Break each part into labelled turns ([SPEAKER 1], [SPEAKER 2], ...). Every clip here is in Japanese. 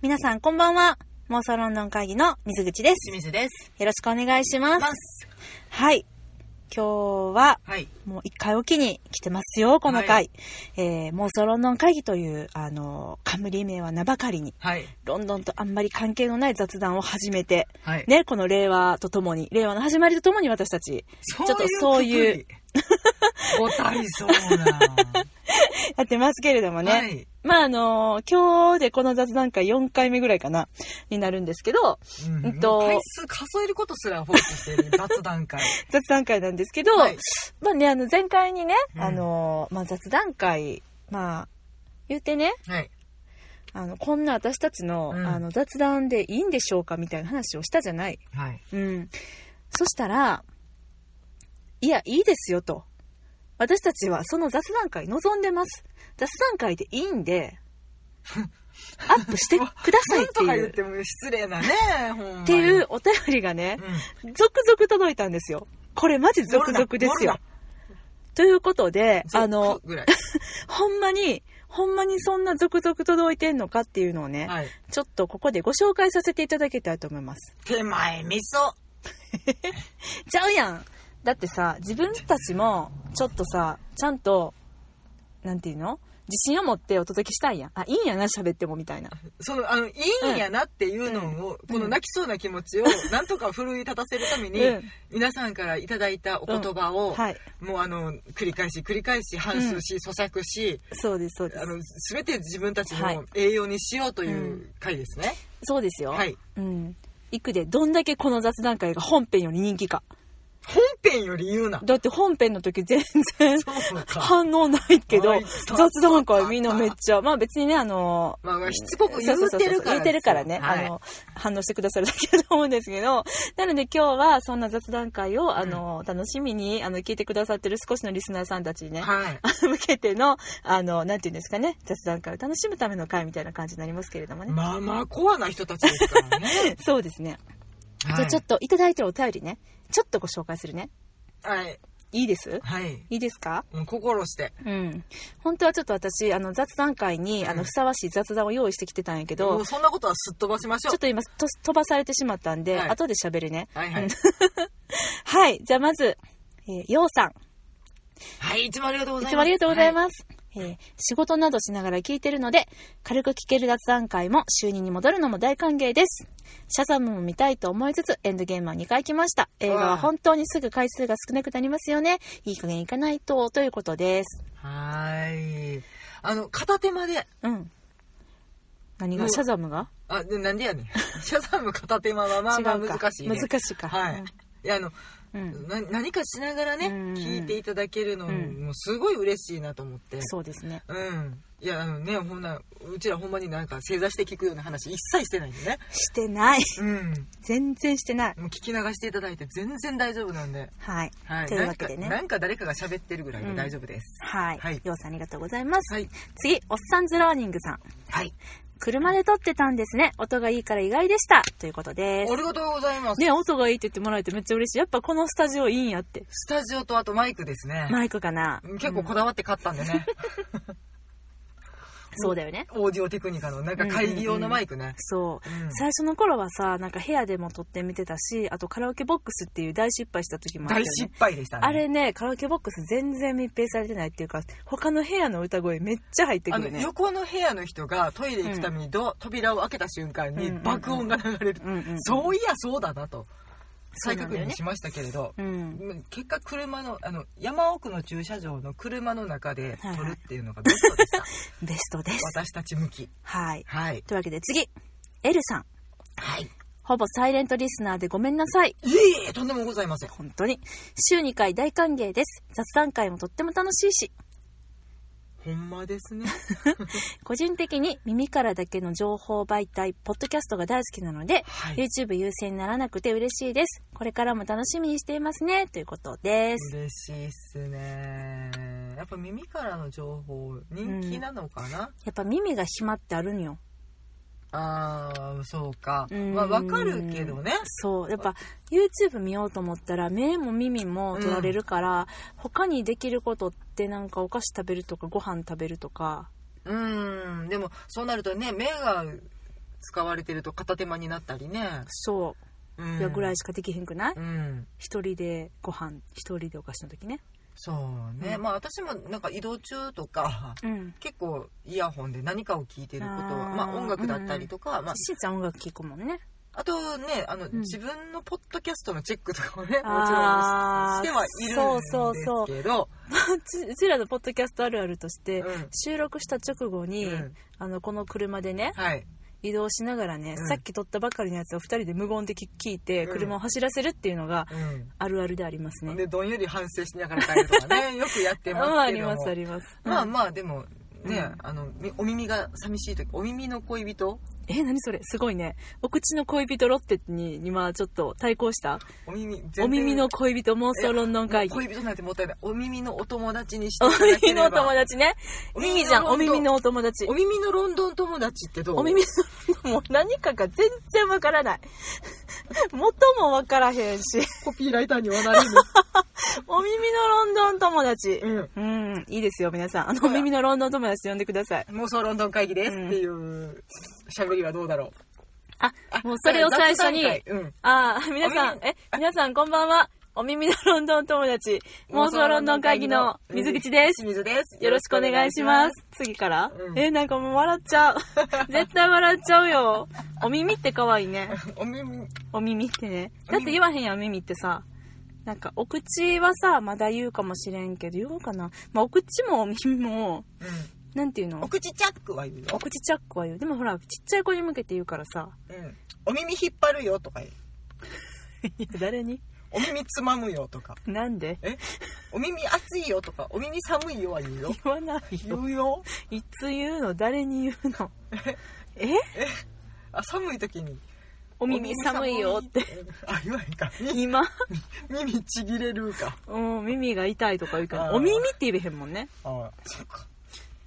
[SPEAKER 1] 皆さんこんばんは。妄想ロンドン会議の水口です。
[SPEAKER 2] 清水です。
[SPEAKER 1] よろしくお願いします。
[SPEAKER 2] ます
[SPEAKER 1] はい。今日は、
[SPEAKER 2] はい。
[SPEAKER 1] もう一回おきに来てますよ、この回。
[SPEAKER 2] はい
[SPEAKER 1] えー、妄想ロンドン会議という、あの、冠名は名ばかりに、
[SPEAKER 2] はい。
[SPEAKER 1] ロンドンとあんまり関係のない雑談を始めて、
[SPEAKER 2] はい。
[SPEAKER 1] ね、この令和とともに、令和の始まりとともに私たち、
[SPEAKER 2] そう
[SPEAKER 1] ちょっとそういう
[SPEAKER 2] くくり。ごたりそうな。
[SPEAKER 1] やってますけれど もね。
[SPEAKER 2] はい。
[SPEAKER 1] まああの今日でこの雑談会4回目ぐらいかな、になるんですけど、
[SPEAKER 2] うん
[SPEAKER 1] うんと
[SPEAKER 2] 回数数えることすらフォーカスしてる 雑談会。
[SPEAKER 1] 雑談会なんですけど、
[SPEAKER 2] はい
[SPEAKER 1] まあね、あの前回にね、
[SPEAKER 2] うん
[SPEAKER 1] あのまあ雑談会、まあ、言うてね、
[SPEAKER 2] はい。
[SPEAKER 1] あの、こんな私たちの、
[SPEAKER 2] うん
[SPEAKER 1] あの、雑談でいいんでしょうかみたいな話をしたじゃない。
[SPEAKER 2] はい。
[SPEAKER 1] うん。そしたら、いや、いいですよと。私たちはその雑談会望んでます。雑談会でいいん で、アップしてくださいっ
[SPEAKER 2] なん
[SPEAKER 1] て
[SPEAKER 2] とか
[SPEAKER 1] い
[SPEAKER 2] 言
[SPEAKER 1] う
[SPEAKER 2] っ。ても失礼なね、ほんまに。
[SPEAKER 1] っていう
[SPEAKER 2] う
[SPEAKER 1] お便りがね、
[SPEAKER 2] ん。
[SPEAKER 1] 続々届いたんですよ。これマジ続々ですよ。ということで、あ
[SPEAKER 2] あ
[SPEAKER 1] の
[SPEAKER 2] の、、ぐらい。
[SPEAKER 1] ほんまに、ほんまにそんな続々届いてんのかっていうのをね、
[SPEAKER 2] はい。
[SPEAKER 1] ちょっとここでご紹介させていただきたいと思います。
[SPEAKER 2] 手前味噌。
[SPEAKER 1] ちゃうやんだってさ、自分たちも、ちょっとさ、ちゃんと、なんていうの自信を持ってお届けしたいやん。あ、いいんやな、喋ってもみたいな。
[SPEAKER 2] その、あの、いいんやなっていうのを、この泣きそうな気持ちを、なんとか奮い立たせるために
[SPEAKER 1] うん、
[SPEAKER 2] 皆さんからいただいたお言葉を、
[SPEAKER 1] はい。
[SPEAKER 2] もうあの繰り返し繰り返し反数し、咀嚼し
[SPEAKER 1] そうです、そうで
[SPEAKER 2] あ
[SPEAKER 1] す。
[SPEAKER 2] の全て自分たち
[SPEAKER 1] はい
[SPEAKER 2] の栄養にしようというう回ですね。
[SPEAKER 1] そうですよ。
[SPEAKER 2] はい。
[SPEAKER 1] うん。いくで、どんだけこの雑談会が本編より人気か。
[SPEAKER 2] 本編より言う な。
[SPEAKER 1] だって本編の時全然
[SPEAKER 2] そうか。
[SPEAKER 1] 反応ないけど
[SPEAKER 2] あい、
[SPEAKER 1] 雑談会みんなめっちゃ、まあ別にね、あの、
[SPEAKER 2] まあしつこく言う
[SPEAKER 1] そうそう
[SPEAKER 2] て
[SPEAKER 1] そう
[SPEAKER 2] る
[SPEAKER 1] そう
[SPEAKER 2] から。
[SPEAKER 1] 言うてるからね、
[SPEAKER 2] はい
[SPEAKER 1] あの、反応してくださるだけだと思うんですけど、なので今日はそんな雑談会を、あの、楽しみに、あの、聞いてくださってる少しのリスナーさんたちにね、
[SPEAKER 2] はい。
[SPEAKER 1] 向けての、あの、なんていうんですかね、雑談会を楽しむための会みたいな感じになりますけれどもね。
[SPEAKER 2] まあまあコアな人たちですか らね。
[SPEAKER 1] そうですね。
[SPEAKER 2] はい
[SPEAKER 1] じゃあちょっといただいてるお便りね、ちょっとご紹介するね。
[SPEAKER 2] はい
[SPEAKER 1] いいです
[SPEAKER 2] はい。
[SPEAKER 1] いいですか
[SPEAKER 2] もう心して
[SPEAKER 1] うん、本当はちょっと私あの雑談会に、あの
[SPEAKER 2] うん
[SPEAKER 1] ふさわしい雑談を用意してきてたんやけど、
[SPEAKER 2] もう
[SPEAKER 1] ち
[SPEAKER 2] そんなことはすっ飛ばしましょ
[SPEAKER 1] ょっと今と飛ばされてしまったんで、
[SPEAKER 2] はい
[SPEAKER 1] 後で喋るね
[SPEAKER 2] う。はいはい
[SPEAKER 1] うん。 はいじゃあまず、えー、ようさん
[SPEAKER 2] はいいつもありがとうご
[SPEAKER 1] い
[SPEAKER 2] ざいます。
[SPEAKER 1] つもありがとうございます、えー仕事などしながら聞いてるので軽く聞ける雑談会も就任に戻るのも大歓迎ですシャザムも見たいと思いつつエンドゲームは2回来ました映画は本当にすぐ回数が少なくなりますよねいい加減いかないとということです
[SPEAKER 2] はい。はい。あの片手間で
[SPEAKER 1] うん何
[SPEAKER 2] う
[SPEAKER 1] が
[SPEAKER 2] ん
[SPEAKER 1] シャザムが
[SPEAKER 2] あでなん でやねん。シャザム片手間はまあまあ
[SPEAKER 1] 違うか
[SPEAKER 2] 難しいね。
[SPEAKER 1] 難しいか
[SPEAKER 2] はい。いやあの
[SPEAKER 1] うんうん
[SPEAKER 2] な何かしながらね、
[SPEAKER 1] うん
[SPEAKER 2] 聞いていただけるの
[SPEAKER 1] う
[SPEAKER 2] も
[SPEAKER 1] ん
[SPEAKER 2] もうすごい嬉しいなと思って。
[SPEAKER 1] そうですね
[SPEAKER 2] うん。いや、あのね、ほんな、うちらほんまになんか正座して聞くような話一切してないん でね。
[SPEAKER 1] してない
[SPEAKER 2] うん。
[SPEAKER 1] 全然してない
[SPEAKER 2] もう聞き流していただいて全然大丈夫なんで。
[SPEAKER 1] はい
[SPEAKER 2] はい。
[SPEAKER 1] というわけでね
[SPEAKER 2] なんか、なんか誰かが喋ってるぐらいで大丈夫です。
[SPEAKER 1] はい、
[SPEAKER 2] はい
[SPEAKER 1] ようさんありがとうございます、
[SPEAKER 2] はい。
[SPEAKER 1] 次おっさんズローニングさん
[SPEAKER 2] はい。
[SPEAKER 1] 車で撮ってたんですね音がいいから意外でしたということ
[SPEAKER 2] あ
[SPEAKER 1] で
[SPEAKER 2] り
[SPEAKER 1] す
[SPEAKER 2] がとうございます。
[SPEAKER 1] ね音がいいって言ってもらえてめっちゃ嬉しいやっぱこのスタジオいいんやって
[SPEAKER 2] スタジオとあとマイクですね。
[SPEAKER 1] マイクかな
[SPEAKER 2] 結構こだわって買ったんでね。
[SPEAKER 1] そうだよね
[SPEAKER 2] オーディオテクニカのなんか会議用のマイクね。
[SPEAKER 1] そう、
[SPEAKER 2] うん
[SPEAKER 1] 最初の頃はさなんか部屋でも撮ってみてたしあとカラオケボックスっていう大失敗した時もあった
[SPEAKER 2] 大
[SPEAKER 1] よね
[SPEAKER 2] 失敗でしたね。
[SPEAKER 1] あれねカラオケボックス全然密閉されてないっていうか他の部屋の歌声めっちゃ入ってく
[SPEAKER 2] あ
[SPEAKER 1] る
[SPEAKER 2] の
[SPEAKER 1] ね
[SPEAKER 2] 横の部屋の人がトイレ行くためにド、扉を開けた瞬間に
[SPEAKER 1] うんうん
[SPEAKER 2] 爆音が流れる、
[SPEAKER 1] うんうん
[SPEAKER 2] そういやそうだなと
[SPEAKER 1] そう
[SPEAKER 2] 再
[SPEAKER 1] なん
[SPEAKER 2] 確
[SPEAKER 1] だよね
[SPEAKER 2] 認しましたけれど、
[SPEAKER 1] うん
[SPEAKER 2] 結果車のあの山奥の駐車場の車の中で
[SPEAKER 1] はいはい
[SPEAKER 2] 撮るっていうのがベストでした、
[SPEAKER 1] ベストです
[SPEAKER 2] 私たち向き
[SPEAKER 1] はい
[SPEAKER 2] はい
[SPEAKER 1] というわけで次エルさん
[SPEAKER 2] はい
[SPEAKER 1] ほぼサイレントリスナーでごめんなさい
[SPEAKER 2] いえいえとんでもございません
[SPEAKER 1] 本当に週2回大歓迎です雑談会もとっても楽しいし
[SPEAKER 2] ほんまで すね
[SPEAKER 1] 個人的に耳からだけの情報媒体ポッドキャストが大好きなので、
[SPEAKER 2] はい
[SPEAKER 1] YouTube 優先にならなくて嬉しいですこれからも楽しみにしていますねということです
[SPEAKER 2] 嬉しいっすねやっぱ耳からの情報人気なのかな、
[SPEAKER 1] やっぱ耳が暇ってあるんよ
[SPEAKER 2] ああそうか、
[SPEAKER 1] うん
[SPEAKER 2] まあわかるけどね
[SPEAKER 1] そうやっぱ YouTube 見ようと思ったら目も耳も取られるから、他にできることってなんかお菓子食べるとかご飯食べるとか
[SPEAKER 2] うーんでもそうなるとね目が使われてると片手間になったりね、
[SPEAKER 1] そうう。
[SPEAKER 2] ん、
[SPEAKER 1] いや、ぐらいしかできへんくない
[SPEAKER 2] うん
[SPEAKER 1] 一人でご飯、一人でお菓子の時ね。
[SPEAKER 2] そうね、
[SPEAKER 1] うん
[SPEAKER 2] まあ私もなんか移動中とか
[SPEAKER 1] うん。
[SPEAKER 2] 結構イヤホンで何かを聞いてることは
[SPEAKER 1] あー
[SPEAKER 2] まあ音楽だったりとか、まあ、
[SPEAKER 1] しーちゃん音楽聴くもんね。
[SPEAKER 2] あとねあの、
[SPEAKER 1] ん
[SPEAKER 2] 自分のポッドキャストのチェックとかもねもちろん
[SPEAKER 1] あー
[SPEAKER 2] してはいるんですけ
[SPEAKER 1] そ
[SPEAKER 2] ど
[SPEAKER 1] うそううちうちらのポッドキャストあるあるとして、
[SPEAKER 2] うん
[SPEAKER 1] 収録した直後に、
[SPEAKER 2] うん
[SPEAKER 1] あのこの車でね
[SPEAKER 2] はい
[SPEAKER 1] 移動しながらね、
[SPEAKER 2] うん
[SPEAKER 1] さっき撮ったばかりのやつを2人で無言で聞聞いて
[SPEAKER 2] うん
[SPEAKER 1] 車を走らせるっていうのが
[SPEAKER 2] う
[SPEAKER 1] あるあるでありますね。
[SPEAKER 2] ん、でどんより反省しながら帰るとかねよくやっ てますけど
[SPEAKER 1] あ
[SPEAKER 2] も
[SPEAKER 1] ありますあります。
[SPEAKER 2] まあ
[SPEAKER 1] うん
[SPEAKER 2] まあでもね、
[SPEAKER 1] うん
[SPEAKER 2] あのみお耳が寂しい時お耳の恋人
[SPEAKER 1] え何それすごいね。お口の恋人ロッテに今ちょっと対抗した
[SPEAKER 2] お耳全然
[SPEAKER 1] お耳の恋人妄想ロンドン会議。
[SPEAKER 2] 恋人なんてもったいないお耳のお友達にして
[SPEAKER 1] お
[SPEAKER 2] いただけ
[SPEAKER 1] 耳の
[SPEAKER 2] れ
[SPEAKER 1] お友
[SPEAKER 2] ば
[SPEAKER 1] 達ね。
[SPEAKER 2] お
[SPEAKER 1] い
[SPEAKER 2] 耳の
[SPEAKER 1] いじゃん、お
[SPEAKER 2] ロンドン
[SPEAKER 1] 耳のお友達
[SPEAKER 2] お。耳のロンドン友達ってどう
[SPEAKER 1] お耳の、もう何かが全然わからない。 元もわからへんし。
[SPEAKER 2] コピーライターにはなれる、
[SPEAKER 1] お耳のロンドン友達。
[SPEAKER 2] うん
[SPEAKER 1] うん、いいですよ、皆さん。あの、お耳のロンドン友達呼んでください。
[SPEAKER 2] 妄想ロンドン会議ですっていう喋りはどうだろう
[SPEAKER 1] あ
[SPEAKER 2] あ、
[SPEAKER 1] もうそれを最初に
[SPEAKER 2] 雑談会うん
[SPEAKER 1] ああ、皆さん
[SPEAKER 2] お、耳
[SPEAKER 1] え、皆さんこんばんは。お耳のロンドン友達、 妄想ロンドン会議の水口です。
[SPEAKER 2] 水です
[SPEAKER 1] よろしくお願いします。次から、
[SPEAKER 2] うん
[SPEAKER 1] え、なんかもう笑っち ゃう。絶対笑っちゃうよ。お耳って可愛いね。
[SPEAKER 2] お耳
[SPEAKER 1] お耳ってね。
[SPEAKER 2] お
[SPEAKER 1] だっ
[SPEAKER 2] 耳
[SPEAKER 1] て言わへんやん、お耳ってさ。なんか、お口はさ、まだ言うかもしれんけど、言おうかな。まあ、お口もお耳も、
[SPEAKER 2] う
[SPEAKER 1] なんていうの
[SPEAKER 2] んお口チャックは言うよ
[SPEAKER 1] お口チャックは言うでもほらちっちゃい子に向けて言うからさ
[SPEAKER 2] うんお耳引っ張るよとか言う
[SPEAKER 1] 誰に
[SPEAKER 2] お耳つまむよとか
[SPEAKER 1] なんで
[SPEAKER 2] えお耳熱いよとかお耳寒いよは言うよ
[SPEAKER 1] 言わない
[SPEAKER 2] 言
[SPEAKER 1] よ
[SPEAKER 2] うよ
[SPEAKER 1] いつ言うの誰に言うのえ
[SPEAKER 2] あ寒い時に
[SPEAKER 1] お耳寒いよって
[SPEAKER 2] お耳寒い あ言わへんかみ
[SPEAKER 1] 今
[SPEAKER 2] 耳ちぎれるか
[SPEAKER 1] うん耳が痛いとか言うから
[SPEAKER 2] あー
[SPEAKER 1] お耳って言えへんもんね
[SPEAKER 2] あそっか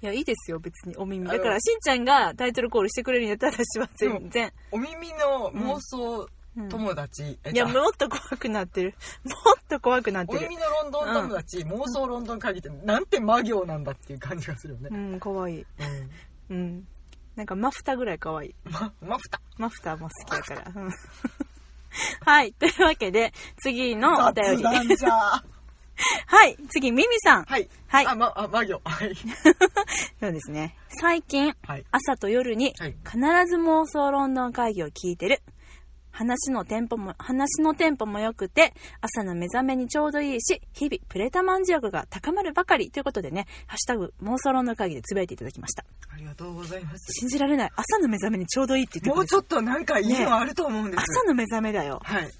[SPEAKER 1] いやいいですよ別にお耳
[SPEAKER 2] あの
[SPEAKER 1] だからしんちゃんがタイトルコールしてくれるんやったら私は全然
[SPEAKER 2] お耳の妄想友達、え
[SPEAKER 1] いや
[SPEAKER 2] じゃあ
[SPEAKER 1] もっと怖くなってるもっと怖くなっ
[SPEAKER 2] お
[SPEAKER 1] てる
[SPEAKER 2] 耳のロンドン友達、妄想ロンドン会議ってなんて魔行なんだっていう感じがするよね
[SPEAKER 1] う、ん可愛い
[SPEAKER 2] う
[SPEAKER 1] う
[SPEAKER 2] ん
[SPEAKER 1] んなんかマフタぐらい可愛い
[SPEAKER 2] ま、まふた
[SPEAKER 1] マフターも好きだから。うん はい。というわけで、次のお便り。
[SPEAKER 2] 談じゃ
[SPEAKER 1] はい。次、ミミさん。
[SPEAKER 2] はい
[SPEAKER 1] はい
[SPEAKER 2] あまあ魔行はい
[SPEAKER 1] そうですね。最近、
[SPEAKER 2] はい
[SPEAKER 1] 朝と夜に、
[SPEAKER 2] はい
[SPEAKER 1] 必ず妄想ロンドン会議を聞いてる。話のテンポも、話のテンポも良くて、朝の目覚めにちょうどいいし、日々、プレタマンジ力が高まるばかりということでね、ハッシュタグ、妄想ロンドン会議でつぶやいていただきました。
[SPEAKER 2] ありがとうご ざいます
[SPEAKER 1] 信じられない。朝の目覚めにちょうどいいって言って
[SPEAKER 2] も
[SPEAKER 1] くれ
[SPEAKER 2] う
[SPEAKER 1] て
[SPEAKER 2] ちょっとなんかいいのあると思うんです、
[SPEAKER 1] 朝の目覚めだよ。
[SPEAKER 2] はい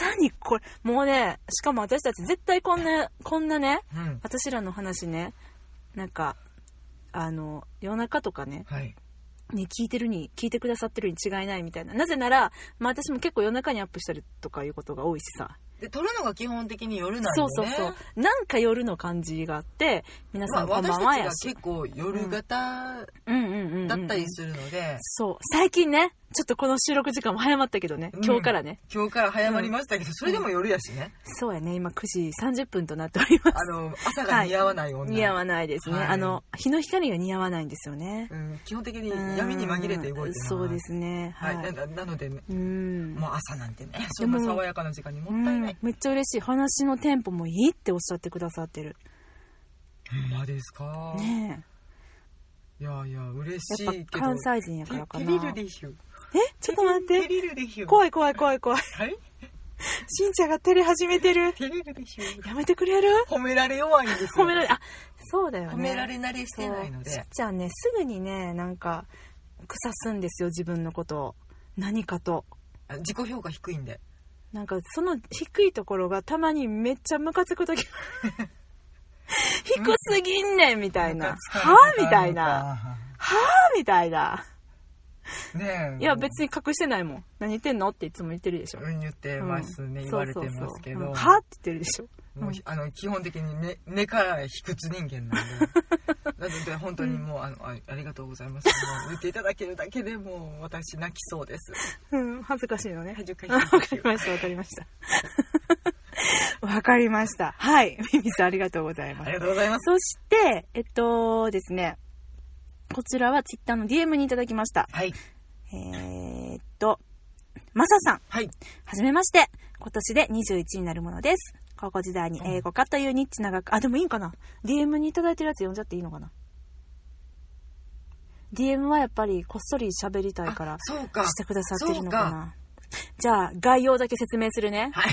[SPEAKER 1] 朝にこれもうねしかも私たち絶対こんなこんなね
[SPEAKER 2] うん
[SPEAKER 1] 私らの話ねなんかあの夜中とかね
[SPEAKER 2] はい
[SPEAKER 1] ね聞いてるに聞いてくださってるに違いないみたいななぜなら、まあ、私も結構夜中にアップしたりとかいうことが多いしさ、
[SPEAKER 2] で撮るのが基本的に夜なんで
[SPEAKER 1] そ
[SPEAKER 2] ね
[SPEAKER 1] うそうそうなんか夜の感じがあって皆
[SPEAKER 2] ま
[SPEAKER 1] さ
[SPEAKER 2] あ、
[SPEAKER 1] んこん
[SPEAKER 2] 私
[SPEAKER 1] ばんはや
[SPEAKER 2] た
[SPEAKER 1] し、
[SPEAKER 2] ちが結構夜型
[SPEAKER 1] うんうんうんうん
[SPEAKER 2] だったりするので、
[SPEAKER 1] そう最近ねちょっとこの収録時間も早まったけどね
[SPEAKER 2] うん
[SPEAKER 1] 今日からね、
[SPEAKER 2] 今日から早まりましたけど、それでも夜やしね、
[SPEAKER 1] そうやね今9時30分となっております
[SPEAKER 2] あの朝が似合わない女、
[SPEAKER 1] 似合わないですね、
[SPEAKER 2] はい
[SPEAKER 1] あの日の光が似合わないんですよね
[SPEAKER 2] うん、基本的に闇に紛れて動いて
[SPEAKER 1] う
[SPEAKER 2] ま
[SPEAKER 1] ん
[SPEAKER 2] す
[SPEAKER 1] そうですねは、
[SPEAKER 2] はいい、ななのでね
[SPEAKER 1] うん
[SPEAKER 2] もう朝なんてねそんな爽やかな時間にも
[SPEAKER 1] う
[SPEAKER 2] ったいない、
[SPEAKER 1] んめっちゃ嬉しい話のテンポもいいっておっしゃってくださってる
[SPEAKER 2] ほんまですか、
[SPEAKER 1] ね
[SPEAKER 2] いやいや嬉し
[SPEAKER 1] え
[SPEAKER 2] い
[SPEAKER 1] や
[SPEAKER 2] け
[SPEAKER 1] っ
[SPEAKER 2] ど
[SPEAKER 1] ぱ関西人やからかな
[SPEAKER 2] テリルでしゅ
[SPEAKER 1] えちょっと待っ
[SPEAKER 2] テ
[SPEAKER 1] て
[SPEAKER 2] リルでしゅ
[SPEAKER 1] 怖い怖い怖い怖い
[SPEAKER 2] はい
[SPEAKER 1] しんちゃんが照れ始めてる
[SPEAKER 2] テリルでしゅ
[SPEAKER 1] やめてくれる
[SPEAKER 2] 褒められ弱いんですよ
[SPEAKER 1] 褒められあそうだよね
[SPEAKER 2] 褒められ慣れしてないの
[SPEAKER 1] そうし
[SPEAKER 2] で
[SPEAKER 1] んちゃんねすぐにねなんか腐すんですよ自分のことを何かと
[SPEAKER 2] あ自己評価低いんで
[SPEAKER 1] なんかその低いところがたまにめっちゃムカつく時 低すぎんねんみたいな。はぁみたいな。はぁみたいな。
[SPEAKER 2] ね
[SPEAKER 1] い
[SPEAKER 2] え
[SPEAKER 1] や別に隠してないもん。何言ってんのっていつも言ってるでしょ。
[SPEAKER 2] うん言って
[SPEAKER 1] うん
[SPEAKER 2] ますね、言われてますけど
[SPEAKER 1] そうそうそううんはぁって言ってるでしょ。
[SPEAKER 2] もうひあの基本的に根根から卑屈人間なん でなので本当にもうあのあありがとうございますもう言っていただけるだけでもう私泣きそうです
[SPEAKER 1] うん、恥ずかしいのね。
[SPEAKER 2] 恥ずかしい
[SPEAKER 1] わかりました、わかりました。 わかりました。はい。ミミさんありがとうございま
[SPEAKER 2] あ
[SPEAKER 1] す
[SPEAKER 2] り。がとうございます
[SPEAKER 1] そして、えっとですね、こちらはツイッターの DM にいただきました。
[SPEAKER 2] はい
[SPEAKER 1] えーっと、マサさん。
[SPEAKER 2] はい。
[SPEAKER 1] はじめまして。今年で21になるものです。高校時代に英語科というニッチな学科、あ、でもいいんかな ?DM にいただいてるやつ読んじゃっていいのかな ?DM はやっぱりこっそり喋りたいから
[SPEAKER 2] あ、そうか。
[SPEAKER 1] してくださってるのか
[SPEAKER 2] そうか
[SPEAKER 1] なじゃあ、概要だけ説明するね。
[SPEAKER 2] はい。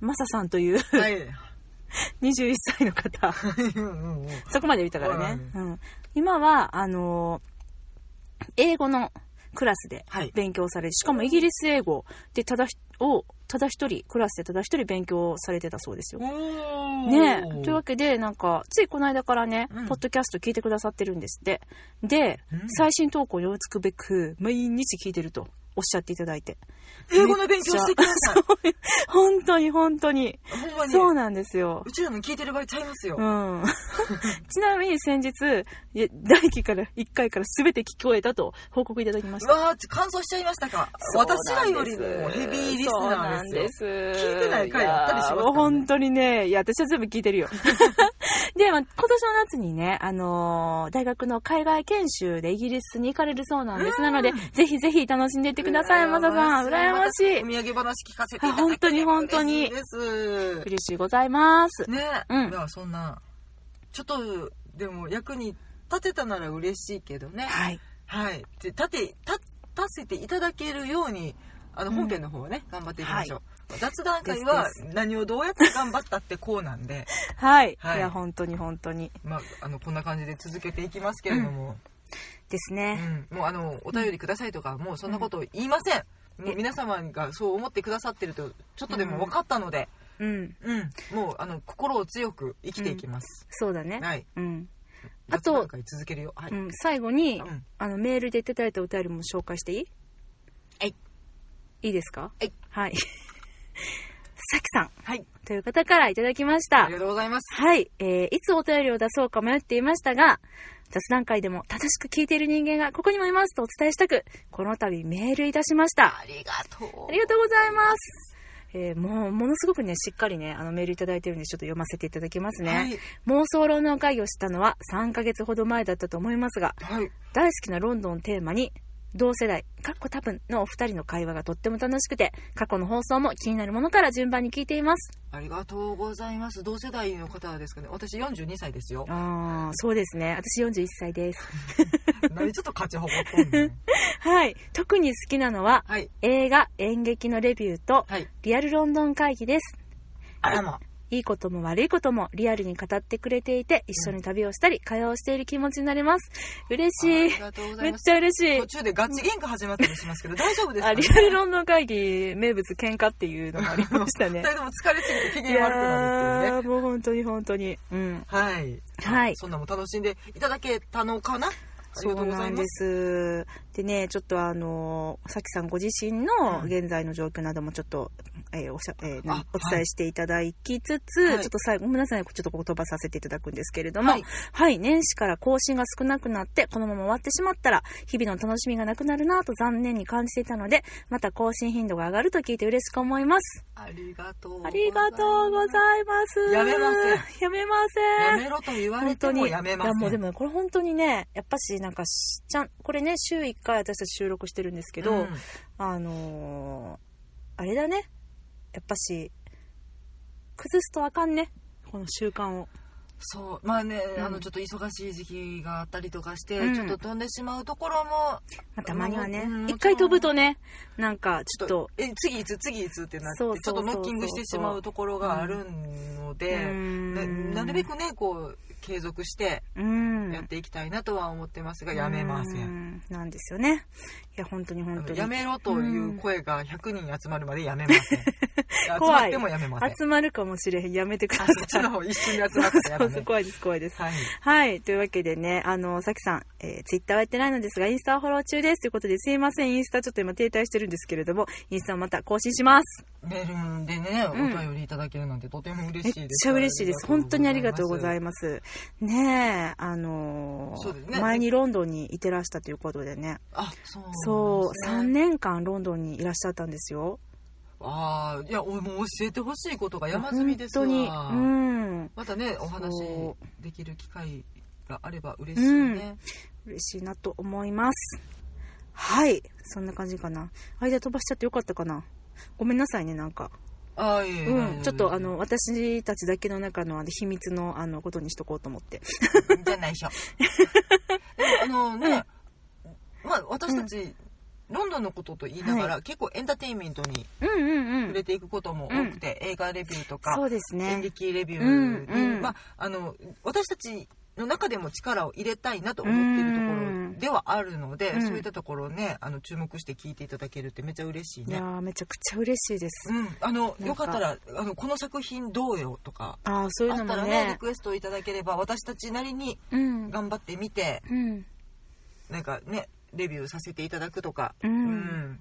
[SPEAKER 1] マサさんという
[SPEAKER 2] はい。
[SPEAKER 1] 21歳の 方。
[SPEAKER 2] うんうんうん
[SPEAKER 1] そこまで見たからね。
[SPEAKER 2] う
[SPEAKER 1] うん。今は、あのー英語のクラスで
[SPEAKER 2] はい
[SPEAKER 1] 勉強され、しかもイギリス英語でただひを、ただ一人、クラスでただ一人勉強されてたそうですよ。
[SPEAKER 2] おー
[SPEAKER 1] ねえ。というわけで、なんか、ついこの間からね、
[SPEAKER 2] うん
[SPEAKER 1] ポッドキャスト聞いてくださってるんですって。で、
[SPEAKER 2] うん
[SPEAKER 1] 最新投稿を追いつくべく、毎日聞いてるとおっしゃっていただいて。
[SPEAKER 2] 英語の勉強してください。
[SPEAKER 1] 本当に本当に。
[SPEAKER 2] ほんまに。
[SPEAKER 1] そうなんですよ。
[SPEAKER 2] うちらも聞いてる場合ちゃいますよ。
[SPEAKER 1] うん。 ちなみに先日、いや大輝から1回から全て聞こえたと報告いただきまし
[SPEAKER 2] う
[SPEAKER 1] た。
[SPEAKER 2] わー、感想しちゃいましたか。私らよりもヘビーリスナーですよ。
[SPEAKER 1] そうなんです
[SPEAKER 2] 聞いてない回あったりしますからね
[SPEAKER 1] いやもう本当にね、いや、私は全部聞い てるよ。で、まあ、今年の夏にね、あのー大学の海外研修でイギリスに行かれるそうなんです。なので、ぜひぜひ楽しんでいってください、マサさん。羨ましい
[SPEAKER 2] お。土産話聞かせていただ
[SPEAKER 1] あ本当に本当に
[SPEAKER 2] 嬉しいで
[SPEAKER 1] 嬉しいございます
[SPEAKER 2] す。。ね、
[SPEAKER 1] うん
[SPEAKER 2] いや、そんな、ちょっと、でも役に立てたなら嬉しいけどね。
[SPEAKER 1] はい。
[SPEAKER 2] はい。で立て、立立せていただけるように、あの、
[SPEAKER 1] うん
[SPEAKER 2] 本編の方はね、頑張っていきましょう。雑談会
[SPEAKER 1] で
[SPEAKER 2] は
[SPEAKER 1] す
[SPEAKER 2] 何をどうやって頑張ったってこうなんで、
[SPEAKER 1] はい。
[SPEAKER 2] はい
[SPEAKER 1] いや、本当に本当に。
[SPEAKER 2] まあ、あの、こんな感じで続けていきますけれども。
[SPEAKER 1] ですね。
[SPEAKER 2] うん、もうあのお便りくださいとか、もうそんなこと言いません、もう皆様がそう思ってくださってるとちょっとでも分かったので、
[SPEAKER 1] うん、
[SPEAKER 2] うんもうあの心を強く生きていきます、
[SPEAKER 1] そうだね。
[SPEAKER 2] はい
[SPEAKER 1] うん。あ
[SPEAKER 2] 雑
[SPEAKER 1] と
[SPEAKER 2] 談会続けるよはい、
[SPEAKER 1] うん、最後に、
[SPEAKER 2] うん
[SPEAKER 1] あの、メールでいただいたお便りも紹介していい
[SPEAKER 2] はい。
[SPEAKER 1] いいですか
[SPEAKER 2] はい。
[SPEAKER 1] はい。さきさん
[SPEAKER 2] はい、
[SPEAKER 1] という方からいただきました
[SPEAKER 2] あり。がとうございます
[SPEAKER 1] はい。えー、いつお便りを出そうか迷っていましたが、雑談会でも正しく聞いている人間がここにもいますとお伝えしたく、この度メールいたしました。
[SPEAKER 2] ありがとう
[SPEAKER 1] ありがとうございます。えーもう、ものすごくね、しっかりね、あのメールいただいてるんで、ちょっと読ませていただきますね。
[SPEAKER 2] はい
[SPEAKER 1] 妄想論の会をしたのは3ヶ月ほど前だったと思いますが、
[SPEAKER 2] はい
[SPEAKER 1] 大好きなロンドンをテーマに、同世代、かっこ多分のお二人の会話がとっても楽しくて、過去の放送も気になるものから順番に聞いています。
[SPEAKER 2] ありがとうございます同世代の方ですかね私42歳です よ
[SPEAKER 1] ああ、そうですね。私41歳です。
[SPEAKER 2] 何ちょっと勝ち誇っとんねん
[SPEAKER 1] はい。特に好きなのは、
[SPEAKER 2] はい
[SPEAKER 1] 映画、演劇のレビューと、
[SPEAKER 2] はい
[SPEAKER 1] リアルロンドン会議です。
[SPEAKER 2] あらま
[SPEAKER 1] いいことも悪いこともリアルに語ってくれていて、一緒に旅をしたり、会話をしている気持ちになれます。
[SPEAKER 2] あ
[SPEAKER 1] 嬉
[SPEAKER 2] り
[SPEAKER 1] しい。
[SPEAKER 2] がとうござ
[SPEAKER 1] め
[SPEAKER 2] い
[SPEAKER 1] っ
[SPEAKER 2] ます
[SPEAKER 1] ちゃ嬉し
[SPEAKER 2] 途中でガチ喧嘩始まったりしますけど大丈夫で
[SPEAKER 1] い。
[SPEAKER 2] すか、
[SPEAKER 1] あ、リアルロンドン会議名物喧嘩っていうのもありました
[SPEAKER 2] 二
[SPEAKER 1] ね。
[SPEAKER 2] 人とも疲れすぎて
[SPEAKER 1] い
[SPEAKER 2] 機嫌悪くなるっていうね
[SPEAKER 1] やー、もう本当に本当に。うん。
[SPEAKER 2] はい。
[SPEAKER 1] はい
[SPEAKER 2] そんなも楽しんでいただけたのかなあり
[SPEAKER 1] そ
[SPEAKER 2] がとう
[SPEAKER 1] う
[SPEAKER 2] ござ
[SPEAKER 1] ないん
[SPEAKER 2] ま。
[SPEAKER 1] ですす。でね、ちょっとあの、さきさんご自身の現在の状況などもちょっと、えーおしゃ、えーな
[SPEAKER 2] あ
[SPEAKER 1] お伝えしていただきつつ、
[SPEAKER 2] はい
[SPEAKER 1] ちょっと最後、ごめんなさい、ちょっとここ飛ばさせていただくんですけれども、
[SPEAKER 2] は
[SPEAKER 1] はいい、年始から更新が少なくなって、このまま終わってしまったら、日々の楽しみがなくなるなぁと残念に感じていたので、また更新頻度が上がると聞いて嬉しく思います。
[SPEAKER 2] ありがとう。
[SPEAKER 1] ありがとうございます。
[SPEAKER 2] やめませ
[SPEAKER 1] ん。やめません。
[SPEAKER 2] やめろと言われてもやめませ
[SPEAKER 1] いやもうで
[SPEAKER 2] ん。
[SPEAKER 1] もこれ本当にねやっぱしなんかしちゃんこれね週1回私たち収録してるんですけど、
[SPEAKER 2] うん
[SPEAKER 1] あのーあれだねやっぱし崩すとあかんねこの習慣を
[SPEAKER 2] そうまあね、
[SPEAKER 1] うん
[SPEAKER 2] あのちょっと忙しい時期があったりとかして、
[SPEAKER 1] うん
[SPEAKER 2] ちょっと飛んでしまうところも
[SPEAKER 1] まあたまにはね
[SPEAKER 2] うん
[SPEAKER 1] 一回飛ぶとねなんかちょっと
[SPEAKER 2] え次いつ次いつってなって
[SPEAKER 1] そうそう
[SPEAKER 2] ちょっとノッキングしてしま
[SPEAKER 1] そうそうそう
[SPEAKER 2] うところがあるので、
[SPEAKER 1] うん
[SPEAKER 2] ななるべくねこう継続して
[SPEAKER 1] うん
[SPEAKER 2] やっていきたいなとは思ってますが、やめませ。
[SPEAKER 1] うんんなんですよねいや本当に本当に
[SPEAKER 2] やめろという声が100人集まるまでやめません。 集まってもやめません。
[SPEAKER 1] 集まるかもしれへんやめてくだ
[SPEAKER 2] あ
[SPEAKER 1] さ
[SPEAKER 2] そっちの
[SPEAKER 1] い
[SPEAKER 2] 方一緒に 集
[SPEAKER 1] そ
[SPEAKER 2] ま
[SPEAKER 1] う
[SPEAKER 2] って や
[SPEAKER 1] そ
[SPEAKER 2] め
[SPEAKER 1] う
[SPEAKER 2] ませ。
[SPEAKER 1] そうん怖いです怖いです
[SPEAKER 2] はい。
[SPEAKER 1] はい。というわけでね、あの、さきさん、えー、ツイッターはやってないのですが、インスタはフォロー中です。ということで、すいません。インスタちょっと今停滞してるんですけれども、インスタはまた更新します。
[SPEAKER 2] メールでね、お
[SPEAKER 1] うん
[SPEAKER 2] 便りいただけるなんてとても嬉
[SPEAKER 1] めっ
[SPEAKER 2] しいです。
[SPEAKER 1] ちゃ嬉しいです。本当にありがとうござい
[SPEAKER 2] ま
[SPEAKER 1] ます。ねえ、あのー
[SPEAKER 2] そうですね
[SPEAKER 1] 前にロンドンにいてらしたということでね、
[SPEAKER 2] す。あ、そうなんですね。
[SPEAKER 1] そう、3年間ロンドンにいらっしゃったんですよ。
[SPEAKER 2] ああ、いや、俺もう教えてほしいことが山積みですわ。
[SPEAKER 1] 本当に。うん。
[SPEAKER 2] またね、お話
[SPEAKER 1] そ
[SPEAKER 2] できる機会があれば嬉しいね。
[SPEAKER 1] 嬉しいなと思います。はい。そんな感じかな。間飛ばしちゃってよかったかな。ごめんなさいね、なんか。
[SPEAKER 2] ああいえいえ
[SPEAKER 1] う
[SPEAKER 2] 大丈
[SPEAKER 1] ん。
[SPEAKER 2] 夫
[SPEAKER 1] ちょっと、あの、私たちだけの中の、あの、秘密の、あの、ことにしとこうと思って。
[SPEAKER 2] じゃないしょでもあのね、まあ私たち、ロンドンのことと言いながら、結構エンターテインメントに
[SPEAKER 1] うんうんう
[SPEAKER 2] 触
[SPEAKER 1] ん。
[SPEAKER 2] れていくことも多くて、映画レビューとか
[SPEAKER 1] そうです
[SPEAKER 2] 演
[SPEAKER 1] ね。
[SPEAKER 2] 劇レビューに、
[SPEAKER 1] うんうん
[SPEAKER 2] まあ、あの私たちの中でも力を入れたいなと思っているところではあるので、
[SPEAKER 1] うん
[SPEAKER 2] そういったところをねあの注目して聞いていただけるってめちゃ嬉し
[SPEAKER 1] い
[SPEAKER 2] い
[SPEAKER 1] や
[SPEAKER 2] ね。
[SPEAKER 1] ー、めちゃくちゃ嬉しいです。
[SPEAKER 2] うん、あの
[SPEAKER 1] か
[SPEAKER 2] よかったらあのこの作品どうよとか
[SPEAKER 1] ああ、そうい
[SPEAKER 2] あ
[SPEAKER 1] うの
[SPEAKER 2] った
[SPEAKER 1] も
[SPEAKER 2] らねリ
[SPEAKER 1] ね。
[SPEAKER 2] クエストをいただければ私たちなりに
[SPEAKER 1] うん。
[SPEAKER 2] 頑張ってみて
[SPEAKER 1] うん。
[SPEAKER 2] なんかねレビューさせていただくとか、
[SPEAKER 1] うん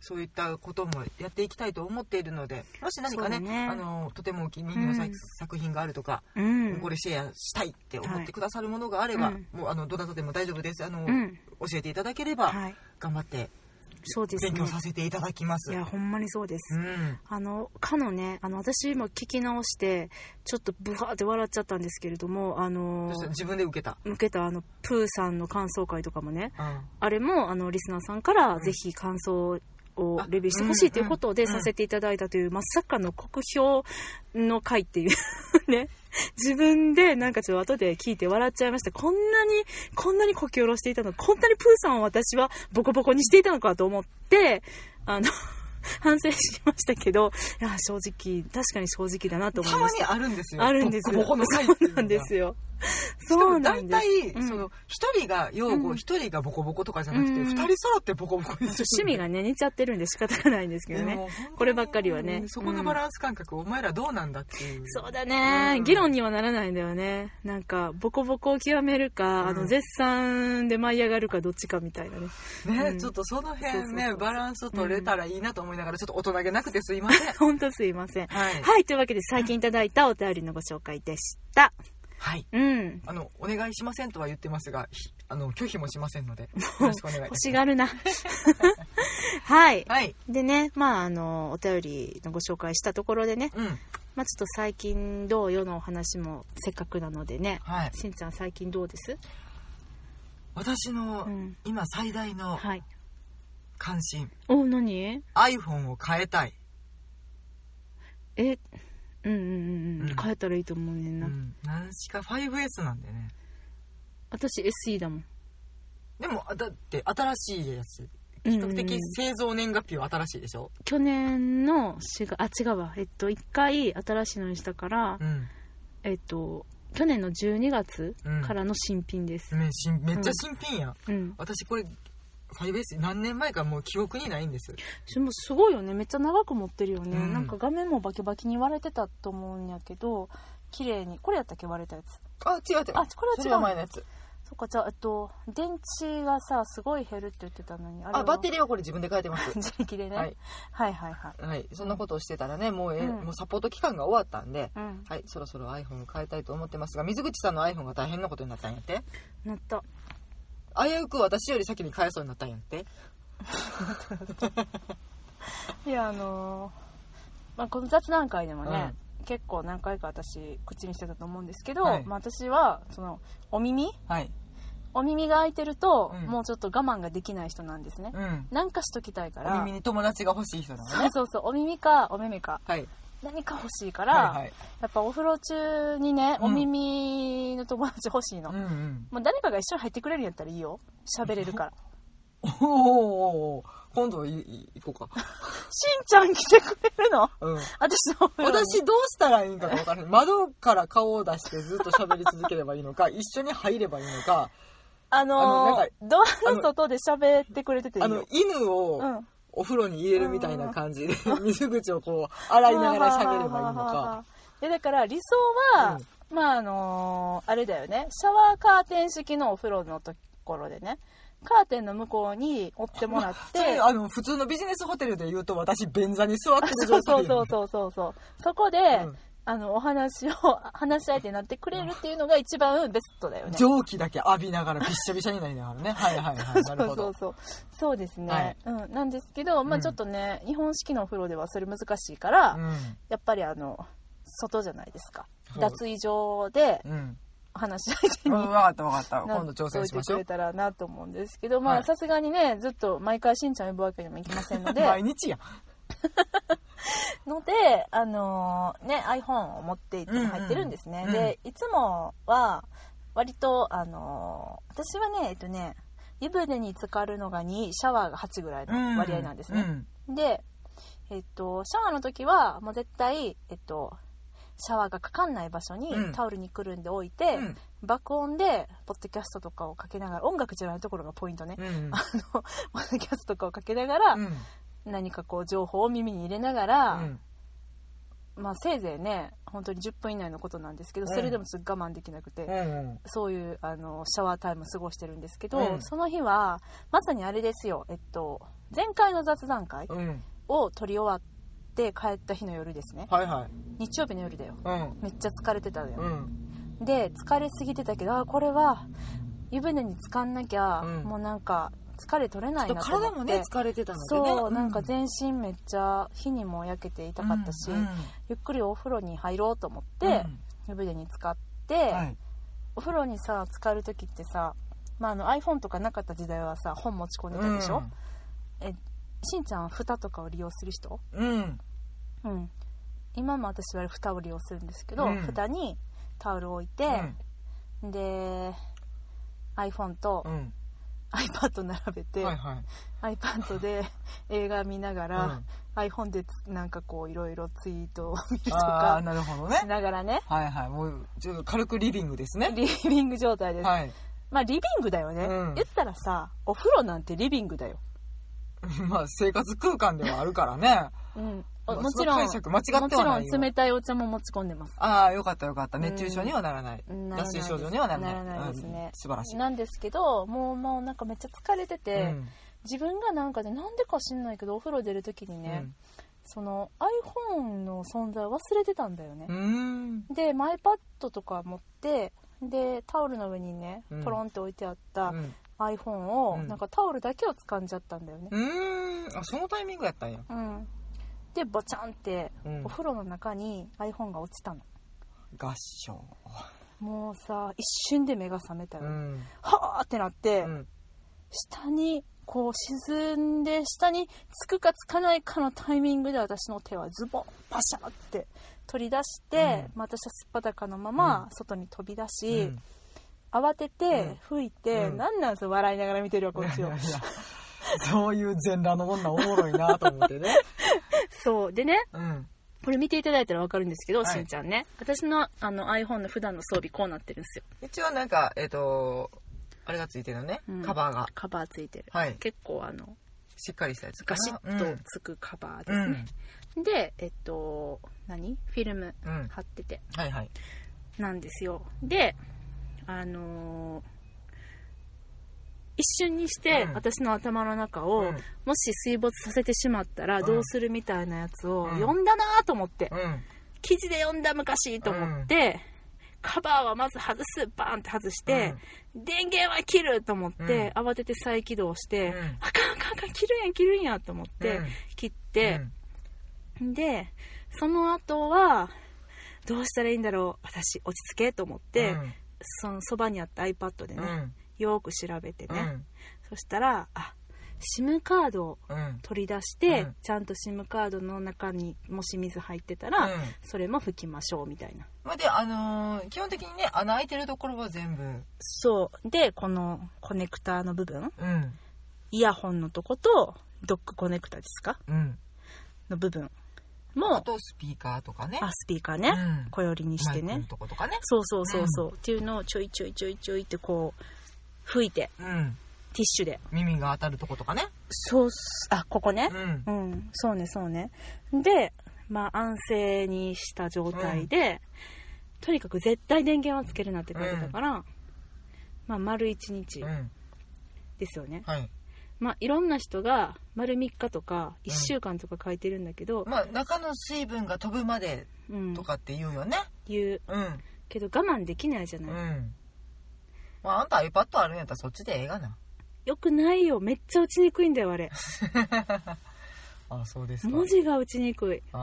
[SPEAKER 2] そういったこともやっていきたいと思っているのでもし何かね
[SPEAKER 1] そうだね
[SPEAKER 2] あのとてもお気に入りの作,、
[SPEAKER 1] うん
[SPEAKER 2] 作品があるとか、
[SPEAKER 1] うん。
[SPEAKER 2] これシェアしたいって思
[SPEAKER 1] は
[SPEAKER 2] っ
[SPEAKER 1] い
[SPEAKER 2] てくださるものがあれば、
[SPEAKER 1] うん
[SPEAKER 2] もうあのどなたでも大丈夫ですあの、
[SPEAKER 1] うん。
[SPEAKER 2] 教えていただければ
[SPEAKER 1] はい。
[SPEAKER 2] 頑張って
[SPEAKER 1] そうです
[SPEAKER 2] 勉
[SPEAKER 1] ね
[SPEAKER 2] 強。させていただきます。
[SPEAKER 1] いや、ほんまにそうです。
[SPEAKER 2] うん
[SPEAKER 1] あの、かのね、あの、私も聞き直して、ちょっとブハーって笑っちゃったんですけれども、あの
[SPEAKER 2] そし、たら自分で受けた、
[SPEAKER 1] 受けたあの、プーさんの感想会とかもね、
[SPEAKER 2] うん
[SPEAKER 1] あれも、あの、リスナーさんから、ぜひ感想をレビューしてほしいということで
[SPEAKER 2] うんうん
[SPEAKER 1] させていただいたという、まさかの酷評の会っていう ね、自分でなんかちょっと後で聞いて笑っちゃいました。こんなに、こんなにこき下ろしていたの、こんなにプーさんを私はボコボコにしていたのかと思って、あの、 反省しましたけど、いや、正直、確かに正直だなと思い
[SPEAKER 2] た
[SPEAKER 1] ま
[SPEAKER 2] ま
[SPEAKER 1] し
[SPEAKER 2] に
[SPEAKER 1] た。
[SPEAKER 2] あるんですよ。
[SPEAKER 1] あるんですよ。
[SPEAKER 2] ボコボコの回っ
[SPEAKER 1] そ
[SPEAKER 2] ていううのが
[SPEAKER 1] なんですよ。
[SPEAKER 2] しか
[SPEAKER 1] そう
[SPEAKER 2] も
[SPEAKER 1] な
[SPEAKER 2] 大
[SPEAKER 1] んです。
[SPEAKER 2] 体、
[SPEAKER 1] うん
[SPEAKER 2] その、一人が用
[SPEAKER 1] う
[SPEAKER 2] 語、
[SPEAKER 1] ん
[SPEAKER 2] 一人がボコボコとかじゃなくて、
[SPEAKER 1] う
[SPEAKER 2] 二、
[SPEAKER 1] ん
[SPEAKER 2] 人揃ってボコボコにす
[SPEAKER 1] ちょ
[SPEAKER 2] る。
[SPEAKER 1] っと趣味がね、似ちゃってるんで仕方がないんですけど
[SPEAKER 2] で
[SPEAKER 1] ね
[SPEAKER 2] も。本当に
[SPEAKER 1] こればっかりはね
[SPEAKER 2] そこのバランス感覚、お前らどうなんだっていう。
[SPEAKER 1] そうだね、
[SPEAKER 2] うん
[SPEAKER 1] 議論にはならないんだよねなんかボコボコを極めるか、
[SPEAKER 2] うん
[SPEAKER 1] あの絶賛で舞い上がるかどっちかみたい なね
[SPEAKER 2] ね、
[SPEAKER 1] うん
[SPEAKER 2] ちょっとその辺ね
[SPEAKER 1] そうそうそうそう
[SPEAKER 2] バランス取れたらいいなと思いながら、ちょっと大人げなくてすいません。
[SPEAKER 1] ほんとすいません
[SPEAKER 2] はい。
[SPEAKER 1] はいというわけで最近いただいたお便りのご紹介でした
[SPEAKER 2] はい。
[SPEAKER 1] うん
[SPEAKER 2] あの、お願いしませんとは言ってますが、ひあの、拒否もしま せんので、よろしくお願い
[SPEAKER 1] 欲
[SPEAKER 2] いたします。
[SPEAKER 1] しがる なはい
[SPEAKER 2] はい。
[SPEAKER 1] でねまああのお便りのご紹介したところでね、
[SPEAKER 2] うん。
[SPEAKER 1] まあ、ちょっと最近どうよのお話もせっかくなのでね
[SPEAKER 2] はい。
[SPEAKER 1] しんちゃん最近どうです
[SPEAKER 2] 私
[SPEAKER 1] う
[SPEAKER 2] の、
[SPEAKER 1] ん
[SPEAKER 2] 今最大の
[SPEAKER 1] はい
[SPEAKER 2] 関心、
[SPEAKER 1] お何
[SPEAKER 2] iPhone を変えたい。
[SPEAKER 1] えうんうんうんう
[SPEAKER 2] うんん
[SPEAKER 1] 変えたらいいと思うねん
[SPEAKER 2] う
[SPEAKER 1] な、
[SPEAKER 2] ん。何しか 5S なんでね。
[SPEAKER 1] 私 SE だもん
[SPEAKER 2] でもあだって新しいやつ
[SPEAKER 1] うん
[SPEAKER 2] 比較的製造年月日は新しいでしょ、
[SPEAKER 1] 去年の4月あ違うわえっと1回新しいのにしたから、
[SPEAKER 2] うん
[SPEAKER 1] えっと去年の12月
[SPEAKER 2] うん
[SPEAKER 1] からの新品です
[SPEAKER 2] め新めっちゃ新品や、ん、
[SPEAKER 1] うん、
[SPEAKER 2] 私これ 5S 何年前かもう記憶にないんです
[SPEAKER 1] でもすごいよねめっちゃ長く持ってるよね、
[SPEAKER 2] うん
[SPEAKER 1] なんか画面もバキバキに割れてたと思うんやけど綺麗にこれやったっけ割れたやつ
[SPEAKER 2] あ違う違う
[SPEAKER 1] あこれは違う
[SPEAKER 2] それは前のやつ
[SPEAKER 1] そっかじゃあえっと電池がさすごい減るって言ってたのにあ
[SPEAKER 2] あバッテ
[SPEAKER 1] リ
[SPEAKER 2] リーはこれ自分で変えてます
[SPEAKER 1] 自力でね、
[SPEAKER 2] はい、
[SPEAKER 1] はいはいはい
[SPEAKER 2] はい、そんなことをしてたらねもう,、え
[SPEAKER 1] うん
[SPEAKER 2] もうサポート期間が終わったんで
[SPEAKER 1] うん
[SPEAKER 2] はいそろそろ iPhone を変えたいと思ってますが水口さんの iPhone が大変なことになったんやって
[SPEAKER 1] なった
[SPEAKER 2] 危うく私より先に変えそうになったんやって
[SPEAKER 1] いやあのーまあ、この雑談会でもね、結構何回か私口にしてたと思うんですけど、
[SPEAKER 2] はい
[SPEAKER 1] まあ、私はそのお耳
[SPEAKER 2] はい
[SPEAKER 1] お耳が開いてると、
[SPEAKER 2] うん
[SPEAKER 1] もうちょっと我慢ができない人なんですね、
[SPEAKER 2] うん
[SPEAKER 1] なんかしときたいか
[SPEAKER 2] お
[SPEAKER 1] ら
[SPEAKER 2] 耳に友達が欲しい人なの
[SPEAKER 1] そう
[SPEAKER 2] ね
[SPEAKER 1] そうそうお耳かお目目か
[SPEAKER 2] はい
[SPEAKER 1] 何か欲しいから、
[SPEAKER 2] はいはい
[SPEAKER 1] やっぱお風呂中にね
[SPEAKER 2] うん
[SPEAKER 1] お耳の友達欲しいの、
[SPEAKER 2] うんうん
[SPEAKER 1] もう誰かが一緒に入ってくれるんやったらいいよ喋れるから
[SPEAKER 2] おーおーおー今度いい行こうか、
[SPEAKER 1] しんちゃん来てくれるの
[SPEAKER 2] うん、
[SPEAKER 1] 私のお風呂に
[SPEAKER 2] 私どうしたらいいんかが分からない窓から顔を出してずっと喋り続ければいい のか一緒に入ればいいのか
[SPEAKER 1] あのー
[SPEAKER 2] あのなんか
[SPEAKER 1] ドアの外で喋ってくれてていい
[SPEAKER 2] あ
[SPEAKER 1] よ
[SPEAKER 2] の犬を
[SPEAKER 1] うん
[SPEAKER 2] お風呂に入れるみたいな感じで水口をこう洗いながら喋ればいいのか。
[SPEAKER 1] いやだから理想は、まああのーあれだよねシャワーカーテン式のお風呂のところでねカーテンの向こうに追ってもらっ
[SPEAKER 2] それ
[SPEAKER 1] て
[SPEAKER 2] あの普通のビジネスホテルで言うと私便座に座ってる
[SPEAKER 1] そ
[SPEAKER 2] 状
[SPEAKER 1] うそう
[SPEAKER 2] 態
[SPEAKER 1] そう
[SPEAKER 2] う
[SPEAKER 1] そうそうそうそこで、
[SPEAKER 2] ん
[SPEAKER 1] あのお話を話し相手になってくれるっていうのが一番ベストだよね
[SPEAKER 2] 蒸気だけ浴びながらびっしゃびしゃになりながらねはいは いはいなる
[SPEAKER 1] そう
[SPEAKER 2] ほ
[SPEAKER 1] そ
[SPEAKER 2] ど
[SPEAKER 1] うそうそうですね、
[SPEAKER 2] はい
[SPEAKER 1] うん、なんですけど、まあ、ちょっとね、日本式のお風呂ではそれ難しいから、
[SPEAKER 2] うん
[SPEAKER 1] やっぱりあの外じゃないですか
[SPEAKER 2] そう
[SPEAKER 1] 脱衣場で
[SPEAKER 2] うん
[SPEAKER 1] お話し相手
[SPEAKER 2] う
[SPEAKER 1] に
[SPEAKER 2] んわかったわかった
[SPEAKER 1] な
[SPEAKER 2] 今度挑戦しましょ
[SPEAKER 1] 解
[SPEAKER 2] う
[SPEAKER 1] いてくれたらなと思うんですけどま
[SPEAKER 2] は
[SPEAKER 1] あ
[SPEAKER 2] い
[SPEAKER 1] さすがにねずっと毎回しんちゃん呼ぶわけにもいきません ので
[SPEAKER 2] 毎日や
[SPEAKER 1] のであのーね iPhone を持っていつも入ってるんですね、
[SPEAKER 2] うんうん
[SPEAKER 1] でいつもは割とあのー私はねえっとね湯船に浸かるのが2シャワーが8ぐらいの割合なんですね、
[SPEAKER 2] うん
[SPEAKER 1] で、えっと、シャワーの時はもう絶対、えっと、シャワーがかかんない場所に
[SPEAKER 2] うん
[SPEAKER 1] タオルにくるんでおいて、
[SPEAKER 2] うん
[SPEAKER 1] 爆音でポッドキャストとかをかけながら音楽じゃないところがポイントね、
[SPEAKER 2] う んうん
[SPEAKER 1] あのポッドキャストとかをかけながら、
[SPEAKER 2] うん
[SPEAKER 1] 何かこう情報を耳に入れながら、まあ、せいぜいね本当に10分以内のことなんですけど
[SPEAKER 2] うん
[SPEAKER 1] それでもちょっと我慢できなくて、
[SPEAKER 2] うんうん
[SPEAKER 1] そういうあのシャワータイム過ごしてるんですけど、
[SPEAKER 2] うん
[SPEAKER 1] その日はまさにあれですよ、えっと、前回の雑談会
[SPEAKER 2] うん
[SPEAKER 1] を撮り終わって帰った日の夜ですね
[SPEAKER 2] はいはい
[SPEAKER 1] 日曜日の夜だよ
[SPEAKER 2] うん
[SPEAKER 1] めっちゃ疲れてたの
[SPEAKER 2] う
[SPEAKER 1] よ、
[SPEAKER 2] ん
[SPEAKER 1] で疲れすぎてたけどあこれは湯船に浸かんなきゃ、
[SPEAKER 2] うん
[SPEAKER 1] もうなんか疲れ取れないなと思
[SPEAKER 2] 体
[SPEAKER 1] って
[SPEAKER 2] もね疲れてたのでね
[SPEAKER 1] そう、なんか全身めっちゃ火にも焼けて痛かったし、
[SPEAKER 2] うんうん
[SPEAKER 1] ゆっくりお風呂に入ろうと思って、湯船に浸かって、
[SPEAKER 2] うんはい
[SPEAKER 1] お風呂にさ浸かる時ってさ、まあ、あの iPhone とかなかった時代はさ本持ち込んでたでしょ、しんちゃんは蓋とかを利用する人
[SPEAKER 2] うんうん
[SPEAKER 1] うん今も私は蓋を利用するんですけど、
[SPEAKER 2] うん
[SPEAKER 1] 蓋にタオルを置いて、で iPhone と
[SPEAKER 2] うん
[SPEAKER 1] iPad 並べ
[SPEAKER 2] う
[SPEAKER 1] て、
[SPEAKER 2] んはいはい
[SPEAKER 1] iPad で映画見ながら
[SPEAKER 2] うん、
[SPEAKER 1] iPhone でなんかこういろいろツイートを見る と
[SPEAKER 2] ああ
[SPEAKER 1] か
[SPEAKER 2] なるほどね
[SPEAKER 1] しながらね
[SPEAKER 2] はいはいもうちょっと軽くリビングですね
[SPEAKER 1] リビング状態です、
[SPEAKER 2] はい
[SPEAKER 1] まあリビングだよね、
[SPEAKER 2] うん
[SPEAKER 1] 言ったらさお風呂なんてリビングだよ、
[SPEAKER 2] まあ生活空間ではあるからね
[SPEAKER 1] うん、
[SPEAKER 2] ま
[SPEAKER 1] お
[SPEAKER 2] あ
[SPEAKER 1] も
[SPEAKER 2] そ
[SPEAKER 1] ち
[SPEAKER 2] の
[SPEAKER 1] ろん
[SPEAKER 2] 解釈間違ってはないよ
[SPEAKER 1] もちろん冷たいお茶も持ち込んでます
[SPEAKER 2] ああよかったよかった熱中症にはならない
[SPEAKER 1] うんならない
[SPEAKER 2] 脱水症状にはならない
[SPEAKER 1] ならないですね
[SPEAKER 2] うん素晴らしい
[SPEAKER 1] なんですけどもうもうなんかめっちゃ疲れてて、
[SPEAKER 2] うん
[SPEAKER 1] 自分がなんかでなんでか知んないけどお風呂出る時にね、その iPhone の存在を忘れてたんだよね
[SPEAKER 2] う、ん
[SPEAKER 1] でマイパッドとか持ってでタオルの上にね
[SPEAKER 2] うん
[SPEAKER 1] ポロンって置いてあっ
[SPEAKER 2] う
[SPEAKER 1] た
[SPEAKER 2] ん
[SPEAKER 1] iPhone を、
[SPEAKER 2] うん
[SPEAKER 1] なんかタオルだけを掴んじゃったんだよね、
[SPEAKER 2] うんあそのタイミングやったんや
[SPEAKER 1] うんでバチャンって
[SPEAKER 2] うん
[SPEAKER 1] お風呂の中に iPhone が落ちたの
[SPEAKER 2] 合唱
[SPEAKER 1] もうさ一瞬で目が覚めたよ、
[SPEAKER 2] うん
[SPEAKER 1] はあってなって、
[SPEAKER 2] うん
[SPEAKER 1] 下にこう沈んで下につくかつかないかのタイミングで私の手はズボンパシャって取り出して、まあ私はすっぱだかのまま外に飛び出し、
[SPEAKER 2] うん
[SPEAKER 1] 慌て
[SPEAKER 2] う
[SPEAKER 1] て
[SPEAKER 2] ん
[SPEAKER 1] 吹いて、
[SPEAKER 2] うん
[SPEAKER 1] なんなんですよ笑いながら見てるわこっちを
[SPEAKER 2] いやいやいやそういう全裸の女おもろいなと思ってね
[SPEAKER 1] そうでね
[SPEAKER 2] うん
[SPEAKER 1] これ見ていただいたらわかるんですけど、
[SPEAKER 2] はい
[SPEAKER 1] しんちゃんね私のあの iPhone の普段の装備こうなってるんですよ
[SPEAKER 2] 一応なんかえっとあれがついてるのね
[SPEAKER 1] うん
[SPEAKER 2] カバーが
[SPEAKER 1] カバーついてる、
[SPEAKER 2] はい
[SPEAKER 1] 結構あの
[SPEAKER 2] しっかりしたやつか
[SPEAKER 1] ガシ
[SPEAKER 2] な
[SPEAKER 1] ッとつくカバーですね、でえっと何フィルム
[SPEAKER 2] うんうん
[SPEAKER 1] 貼ってて
[SPEAKER 2] はいはい
[SPEAKER 1] なんですよであのー一瞬にして
[SPEAKER 2] うん
[SPEAKER 1] 私の頭の中を、
[SPEAKER 2] うん
[SPEAKER 1] もし水没させてしまったら
[SPEAKER 2] うん
[SPEAKER 1] どうするみたいなやつを
[SPEAKER 2] うん
[SPEAKER 1] 読んだなと思って、
[SPEAKER 2] うん
[SPEAKER 1] 記事で読んだ昔と思って、カバーはまず外すバーンって外して、電源は切ると思って、慌てて再起動して、
[SPEAKER 2] うん
[SPEAKER 1] あかんあかんあかん切るやん切るんやと思って、
[SPEAKER 2] うん
[SPEAKER 1] 切って、でその後はどうしたらいいんだろう私落ち着けと思って、
[SPEAKER 2] うん
[SPEAKER 1] そのそばにあった iPad で
[SPEAKER 2] う
[SPEAKER 1] ね、
[SPEAKER 2] ん
[SPEAKER 1] よーく調べて
[SPEAKER 2] う
[SPEAKER 1] ね、
[SPEAKER 2] ん
[SPEAKER 1] そしたらあ SIM カードを
[SPEAKER 2] うん
[SPEAKER 1] 取り出して、
[SPEAKER 2] うん
[SPEAKER 1] ちゃんと SIM カードの中にもし水入ってたら、
[SPEAKER 2] うん
[SPEAKER 1] それも拭きましょうみたいな
[SPEAKER 2] まあであのー基本的にね穴開いてるところは全部
[SPEAKER 1] そうでこのコネクターの部分
[SPEAKER 2] うん
[SPEAKER 1] イヤホンのとことドックコネクタですか
[SPEAKER 2] うん
[SPEAKER 1] の部分
[SPEAKER 2] あ
[SPEAKER 1] も
[SPEAKER 2] とスピーカーとかね
[SPEAKER 1] あスピーカーね、
[SPEAKER 2] うん
[SPEAKER 1] 小寄りにして
[SPEAKER 2] マイク
[SPEAKER 1] ね
[SPEAKER 2] のとことかね
[SPEAKER 1] そうそうそうそう、っていうのをちょいちょいちょいちょいってこう拭いて
[SPEAKER 2] うん
[SPEAKER 1] ティッシュで
[SPEAKER 2] 耳が当たるとことかね
[SPEAKER 1] そうすあここね
[SPEAKER 2] うん
[SPEAKER 1] うん、そうねそうねでまあ安静にした状態で、とにかく絶対電源はつけるなって書いてたから、まあ丸1日
[SPEAKER 2] うん
[SPEAKER 1] ですよね、
[SPEAKER 2] はい
[SPEAKER 1] まあいろんな人が丸3日とか
[SPEAKER 2] うん
[SPEAKER 1] 1週間とか書いてるんだけど、
[SPEAKER 2] まあ中の水分が飛ぶまで
[SPEAKER 1] うん
[SPEAKER 2] とかって言うよね
[SPEAKER 1] 言う
[SPEAKER 2] うん
[SPEAKER 1] けど我慢できないじゃ
[SPEAKER 2] う
[SPEAKER 1] ない、
[SPEAKER 2] んまああんた iPad あるんやったらそっちでええがな
[SPEAKER 1] よくないよめっちゃ打ちにくいんだよあれ
[SPEAKER 2] あそうですか
[SPEAKER 1] 文字が打ちにくい、うん、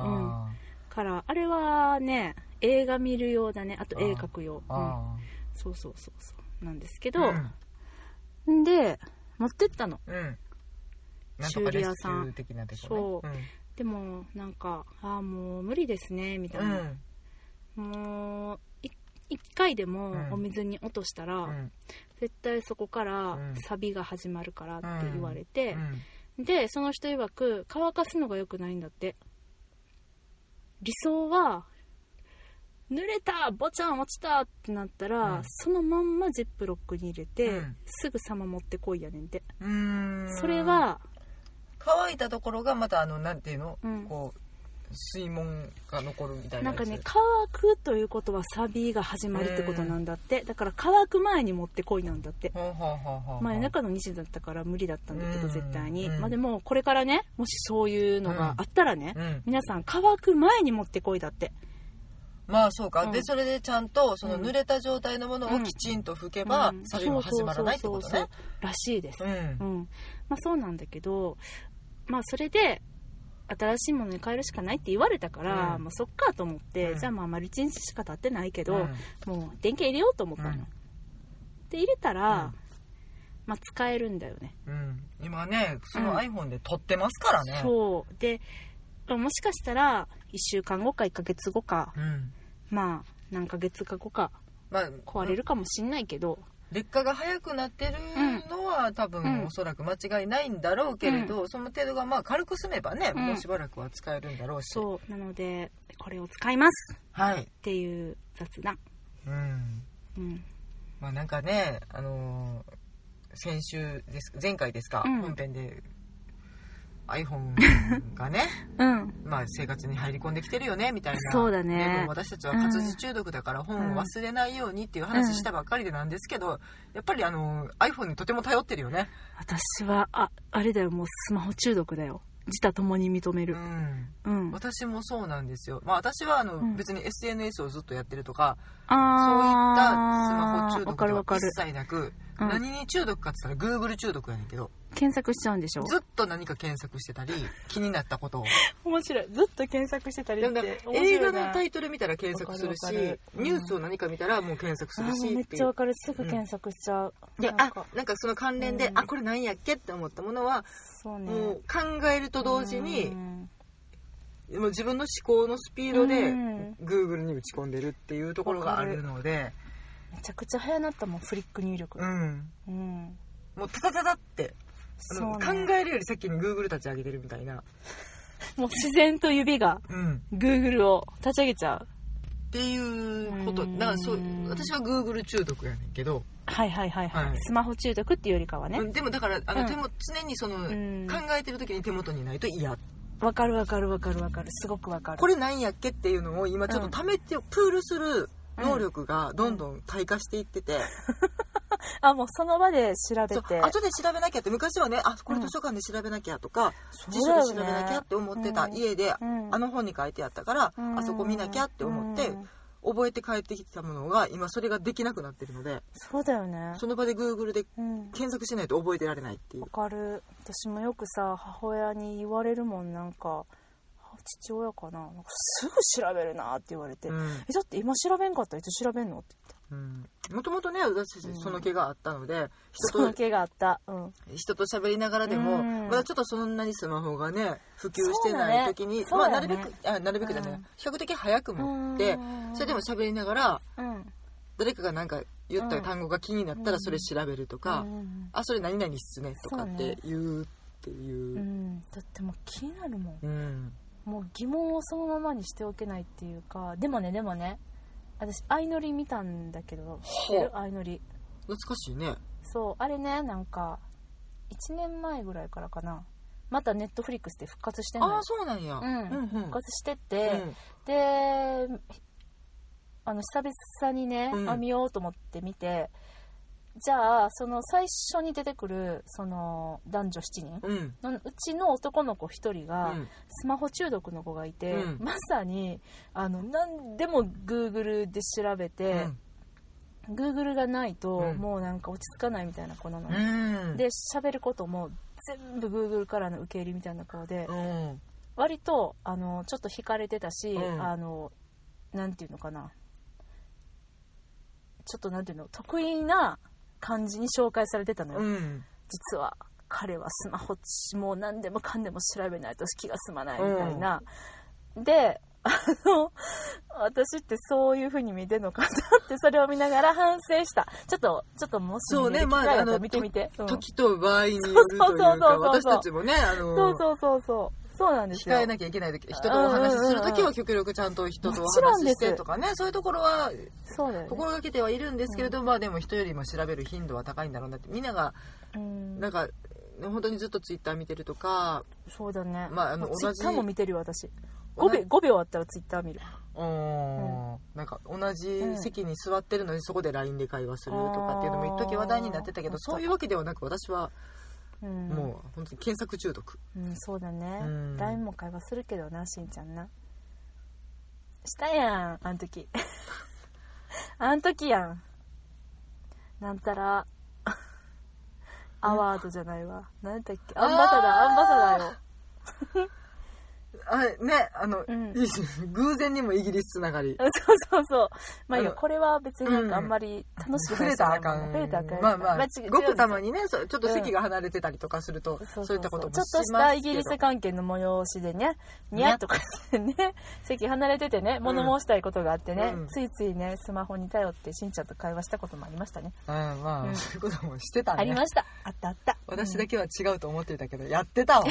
[SPEAKER 2] あ
[SPEAKER 1] からあれはね映画見る用だねあと
[SPEAKER 2] あー
[SPEAKER 1] 絵描く用、
[SPEAKER 2] ーあ
[SPEAKER 1] そうそうそうそうなんですけ
[SPEAKER 2] う
[SPEAKER 1] ど、ん、で持ってったの
[SPEAKER 2] んうんなん
[SPEAKER 1] 修
[SPEAKER 2] とか
[SPEAKER 1] 理
[SPEAKER 2] レ
[SPEAKER 1] 屋
[SPEAKER 2] スキ
[SPEAKER 1] さん
[SPEAKER 2] ュー的なとこね
[SPEAKER 1] でもなんか「ああもう無理ですね」みた
[SPEAKER 2] う
[SPEAKER 1] い
[SPEAKER 2] ん
[SPEAKER 1] な、もうい一回でも
[SPEAKER 2] うん
[SPEAKER 1] お水に落としたら、
[SPEAKER 2] うんうん
[SPEAKER 1] 絶対そこから
[SPEAKER 2] うん
[SPEAKER 1] サビが始まるからって言われて
[SPEAKER 2] う、ん
[SPEAKER 1] でその人曰く乾かすのが良くないんだって理想は濡れたボチャン落ちたってなったら、
[SPEAKER 2] うん
[SPEAKER 1] そのまんまジップロックに入れて、
[SPEAKER 2] うん
[SPEAKER 1] すぐさま持ってこいやねんて、
[SPEAKER 2] うーん
[SPEAKER 1] それは
[SPEAKER 2] 乾いたところがまたあのなんていうの、
[SPEAKER 1] うん
[SPEAKER 2] こう水門が残るみたいな
[SPEAKER 1] なん
[SPEAKER 2] やつ
[SPEAKER 1] かね乾くということはサビが始まるってことなんだって、だから乾く前に持ってこいなんだって、
[SPEAKER 2] ほうほうほうほうほう
[SPEAKER 1] まあ、中の2時だったから無理だったんだけど
[SPEAKER 2] うん
[SPEAKER 1] 絶対に、
[SPEAKER 2] うん
[SPEAKER 1] まあ、でもこれからねもしそういうのがあったらね、
[SPEAKER 2] うん
[SPEAKER 1] 皆さん乾く前に持ってこいだって
[SPEAKER 2] まあそうか、
[SPEAKER 1] う
[SPEAKER 2] で
[SPEAKER 1] ん
[SPEAKER 2] それでちゃんとその
[SPEAKER 1] うん
[SPEAKER 2] 濡れた状態のもの
[SPEAKER 1] う
[SPEAKER 2] を
[SPEAKER 1] ん
[SPEAKER 2] きちんと拭けば、
[SPEAKER 1] うん
[SPEAKER 2] サビも始まらないってこと
[SPEAKER 1] そうそう
[SPEAKER 2] ね
[SPEAKER 1] そうそうらしいです
[SPEAKER 2] う、ん
[SPEAKER 1] うんまあ、そうなんだけど、まあ、それで新しいものに変えるしかないって言われたから、
[SPEAKER 2] うん
[SPEAKER 1] まあ、そっかと思って、
[SPEAKER 2] うん
[SPEAKER 1] じゃあまあ丸1日しか経ってないけど、
[SPEAKER 2] うん
[SPEAKER 1] もう電源入れようと思ったの、
[SPEAKER 2] うん
[SPEAKER 1] で入れたら、
[SPEAKER 2] うん
[SPEAKER 1] まあ、使えるんだよね
[SPEAKER 2] うん今ねそうの
[SPEAKER 1] ん
[SPEAKER 2] iPhone で撮ってますからね、
[SPEAKER 1] そうでまあもしかしたら1週間後か1ヶ月後か、
[SPEAKER 2] うん
[SPEAKER 1] まあ何ヶ月か後か
[SPEAKER 2] まあ、
[SPEAKER 1] 壊れるかもしんないけど、
[SPEAKER 2] 劣化が早くなってるのは、多分、
[SPEAKER 1] うん
[SPEAKER 2] おそらく間違いないんだろうけれど、その程度がまあ軽く済めばね、
[SPEAKER 1] うん
[SPEAKER 2] もうしばらくは使えるんだろうし
[SPEAKER 1] そうなのでこれを使います
[SPEAKER 2] はい
[SPEAKER 1] っていう雑談
[SPEAKER 2] うん
[SPEAKER 1] うん
[SPEAKER 2] まあなんかね、あのー先週です前回ですか、
[SPEAKER 1] うん
[SPEAKER 2] 本編で iPhone が ね
[SPEAKER 1] うん
[SPEAKER 2] まあ生活に入り込んできてるよねみたいな
[SPEAKER 1] そうだね
[SPEAKER 2] でも私たちは活字中毒だから本を忘れないようにっていう話したばっかりでなんですけど、やっぱりあのー iPhone にとても頼ってるよね、
[SPEAKER 1] 私はああれだよもうスマホ中毒だよ自他ともに認め
[SPEAKER 2] う
[SPEAKER 1] る
[SPEAKER 2] ん、
[SPEAKER 1] うん、
[SPEAKER 2] 私もそうなんですよ、まあ、私はあの、
[SPEAKER 1] ん
[SPEAKER 2] 別に SNS をずっとやってるとかそういった
[SPEAKER 1] あ
[SPEAKER 2] スマホ中
[SPEAKER 1] わかるわ
[SPEAKER 2] 毒
[SPEAKER 1] か
[SPEAKER 2] は
[SPEAKER 1] る
[SPEAKER 2] 一切なく、
[SPEAKER 1] うん
[SPEAKER 2] 何に中毒かっつったら Google 中毒やねんけど
[SPEAKER 1] 検索しちゃうんでしょ
[SPEAKER 2] ずっと何か検索してたり気になったことを
[SPEAKER 1] 面白いずっと検索してたり
[SPEAKER 2] でも
[SPEAKER 1] っ
[SPEAKER 2] なんか
[SPEAKER 1] て
[SPEAKER 2] 映画のタ
[SPEAKER 1] イ
[SPEAKER 2] イトル見たら検索する
[SPEAKER 1] わかるわか
[SPEAKER 2] し
[SPEAKER 1] るうん
[SPEAKER 2] ニュースを何か見たらもう検索するし
[SPEAKER 1] め
[SPEAKER 2] っ
[SPEAKER 1] って
[SPEAKER 2] い
[SPEAKER 1] ちゃわ
[SPEAKER 2] う
[SPEAKER 1] かるすぐ検索しちゃう、
[SPEAKER 2] で
[SPEAKER 1] なん
[SPEAKER 2] あ
[SPEAKER 1] か
[SPEAKER 2] なんかその関連で
[SPEAKER 1] うん
[SPEAKER 2] あこれなんやっけって思ったものは
[SPEAKER 1] そうね
[SPEAKER 2] もう考えると同時に
[SPEAKER 1] うん
[SPEAKER 2] もう自分の思考のスピードで
[SPEAKER 1] うん
[SPEAKER 2] Google に打ち込んでるっていうところがあるので
[SPEAKER 1] めちゃくちゃ早なったもんフリック入力
[SPEAKER 2] う、ん
[SPEAKER 1] うん
[SPEAKER 2] もうタタタタってあ
[SPEAKER 1] そ
[SPEAKER 2] の
[SPEAKER 1] う
[SPEAKER 2] 考
[SPEAKER 1] ね
[SPEAKER 2] えるより先に Google 立ち上げてるみたいな
[SPEAKER 1] もう自然と指が
[SPEAKER 2] うん
[SPEAKER 1] Google を立ち上げちゃう
[SPEAKER 2] っていうこと
[SPEAKER 1] うん
[SPEAKER 2] だからそう私は Google 中毒やねんけど
[SPEAKER 1] はいはいはいはい、
[SPEAKER 2] はい
[SPEAKER 1] スマホ中毒っていうよりかはね
[SPEAKER 2] うんでもだからあ
[SPEAKER 1] う
[SPEAKER 2] の
[SPEAKER 1] ん
[SPEAKER 2] 手も常にその、
[SPEAKER 1] ん
[SPEAKER 2] 考えてる時に手元にないと嫌
[SPEAKER 1] わ、かるわかるわかるわかるすごくわかる
[SPEAKER 2] これなんやっけっていうのを今ちょっとためて、プールする能力がどんどん退化していってて、
[SPEAKER 1] あもうその場で調べ
[SPEAKER 2] そう
[SPEAKER 1] て
[SPEAKER 2] 後で調べなきゃって昔はねあこれ図書館で調べなきゃとか、辞書で調べなきゃって思ってた、
[SPEAKER 1] うん
[SPEAKER 2] 家で、
[SPEAKER 1] うん
[SPEAKER 2] あの本に書いてあったから、
[SPEAKER 1] うん
[SPEAKER 2] あそこ見なきゃって思って、
[SPEAKER 1] うん
[SPEAKER 2] 覚えて帰ってきてたものが今それができなくなってるので
[SPEAKER 1] そうだよね
[SPEAKER 2] その場で Google で
[SPEAKER 1] うん
[SPEAKER 2] 検索しないと覚えてられないっていう
[SPEAKER 1] わ。かる私もよくさ母親に言われるもんなんかあ父親かななんかすぐ調べるなって言われて、
[SPEAKER 2] うん
[SPEAKER 1] えだって今調べんかったらいつ調べんのって
[SPEAKER 2] もともとね私たちその気があったので、
[SPEAKER 1] その
[SPEAKER 2] 人と
[SPEAKER 1] 気があった、うん、
[SPEAKER 2] 人と喋りながらでも、
[SPEAKER 1] うん
[SPEAKER 2] まだちょっとそんなにスマホがね普及してない時に、
[SPEAKER 1] そう
[SPEAKER 2] ま
[SPEAKER 1] だ
[SPEAKER 2] あ
[SPEAKER 1] ね
[SPEAKER 2] な
[SPEAKER 1] そうだよね
[SPEAKER 2] るべくあなるべくじゃないな、
[SPEAKER 1] うん
[SPEAKER 2] 比較的早く持って、
[SPEAKER 1] うん
[SPEAKER 2] それでも喋りながら
[SPEAKER 1] うん
[SPEAKER 2] 誰かが何か言った単語が気になったらそれ調べるとか、
[SPEAKER 1] うん
[SPEAKER 2] あそれ何々っすねとかっ
[SPEAKER 1] そう
[SPEAKER 2] て
[SPEAKER 1] ね
[SPEAKER 2] 言うっていうう。
[SPEAKER 1] ん、だってもう気になるもん
[SPEAKER 2] うん
[SPEAKER 1] もう疑問をそのままにしておけないっていうかでもねでもね私相乗り見たんだけど知ってる相乗り
[SPEAKER 2] 懐かしいね
[SPEAKER 1] そうあれねなんか1年前ぐらいからかなまたネットフリックスで復活してんの
[SPEAKER 2] あ
[SPEAKER 1] よ
[SPEAKER 2] あそうなんや、
[SPEAKER 1] うん
[SPEAKER 2] うん
[SPEAKER 1] 復活してて、であの久々にね、
[SPEAKER 2] うん
[SPEAKER 1] あ見ようと思って見てじゃあその最初に出てくるその男女7人
[SPEAKER 2] うんうん
[SPEAKER 1] のうちの男の子1人が、
[SPEAKER 2] うん
[SPEAKER 1] スマホ中毒の子がいて、
[SPEAKER 2] うん
[SPEAKER 1] まさにあの何でも Google で調べて、Google がないと、
[SPEAKER 2] うん
[SPEAKER 1] もうなんか落ち着かないみたいな子なの、
[SPEAKER 2] うん
[SPEAKER 1] で喋ることも全部 Google からの受け入れみたいな子で、
[SPEAKER 2] うん
[SPEAKER 1] 割とあのちょっと惹かれてたし、
[SPEAKER 2] うん
[SPEAKER 1] あのなんていうのかなちょっとなんていうの得意な感じに紹介されてたのよ、
[SPEAKER 2] うん
[SPEAKER 1] 実は彼はスマホもう何でもかんでも調べないと気が済まないみたいな、であの私ってそういう風に見てるのかなってそれを見ながら反省したちょっとちょっともし
[SPEAKER 2] そうね
[SPEAKER 1] 見る機会
[SPEAKER 2] ま
[SPEAKER 1] が
[SPEAKER 2] ああ
[SPEAKER 1] った
[SPEAKER 2] の
[SPEAKER 1] ら見てみて、うん
[SPEAKER 2] 時と場合によるという
[SPEAKER 1] そうそうそうそ
[SPEAKER 2] か
[SPEAKER 1] うそう
[SPEAKER 2] 私たちもねあの
[SPEAKER 1] そうそうそうそうそうなんですよ
[SPEAKER 2] 控えなきゃいけない時人とお話しする時
[SPEAKER 1] うんうんう
[SPEAKER 2] は極力ちゃんと人とお
[SPEAKER 1] もちろん
[SPEAKER 2] 話し
[SPEAKER 1] で
[SPEAKER 2] し
[SPEAKER 1] す
[SPEAKER 2] てとかねそういうところは
[SPEAKER 1] そうだよね
[SPEAKER 2] 心がけてはいるんですけれども、まあでも人よりも調べる頻度は高いんだろうなってみんなが
[SPEAKER 1] うん
[SPEAKER 2] なんか本当にずっとツイッター見てるとか
[SPEAKER 1] そうだね、
[SPEAKER 2] まああの
[SPEAKER 1] ツイ
[SPEAKER 2] 同
[SPEAKER 1] ッ
[SPEAKER 2] じ
[SPEAKER 1] ターも見てるよ私
[SPEAKER 2] 同
[SPEAKER 1] 5
[SPEAKER 2] じ
[SPEAKER 1] 秒 ,5 秒あったらツイッター見る
[SPEAKER 2] うーんなんか同じ席に座ってるのにそこで LINE で会話するとかっていうのも一時話題になってたけ
[SPEAKER 1] あ
[SPEAKER 2] ど
[SPEAKER 1] ー
[SPEAKER 2] そういうわけではなく私は
[SPEAKER 1] うん
[SPEAKER 2] もう本当に検索中毒
[SPEAKER 1] うん、そうだね
[SPEAKER 2] うん
[SPEAKER 1] LINE も会話するけどなしんちゃんなしたやんあん 時あん時やんなんたらアワードじゃないわ何だっけアンバサダーアンバサ
[SPEAKER 2] あー
[SPEAKER 1] ダー よ
[SPEAKER 2] あねあの、
[SPEAKER 1] うん
[SPEAKER 2] いいし偶然にもイギリスつながり
[SPEAKER 1] うんそうそうそうまあいい
[SPEAKER 2] あ
[SPEAKER 1] よ
[SPEAKER 2] の
[SPEAKER 1] これは別になんかあんまり楽しく
[SPEAKER 2] 触
[SPEAKER 1] ない
[SPEAKER 2] れ
[SPEAKER 1] した
[SPEAKER 2] らあかん
[SPEAKER 1] 触れたらあかん
[SPEAKER 2] まあまあ
[SPEAKER 1] 違う違う
[SPEAKER 2] ごくたま
[SPEAKER 1] に
[SPEAKER 2] にねそうちょっと席が離れてたりとかすると、
[SPEAKER 1] そう
[SPEAKER 2] そ
[SPEAKER 1] そうう
[SPEAKER 2] いったことも
[SPEAKER 1] ち
[SPEAKER 2] し
[SPEAKER 1] ょ
[SPEAKER 2] ま
[SPEAKER 1] っ
[SPEAKER 2] すけ
[SPEAKER 1] と
[SPEAKER 2] ど
[SPEAKER 1] したイギリス関係の催しでねニャとかしてね席離れててね物申したいことがあってね、
[SPEAKER 2] うん
[SPEAKER 1] ついついねスマホに頼ってしんちゃんと会話したこともありましたね
[SPEAKER 2] うんまあ、
[SPEAKER 1] うん
[SPEAKER 2] そういうこともしてたね
[SPEAKER 1] ありましたあったあった
[SPEAKER 2] 私
[SPEAKER 1] で
[SPEAKER 2] だけは違うと思っていたけど、やっ てたわ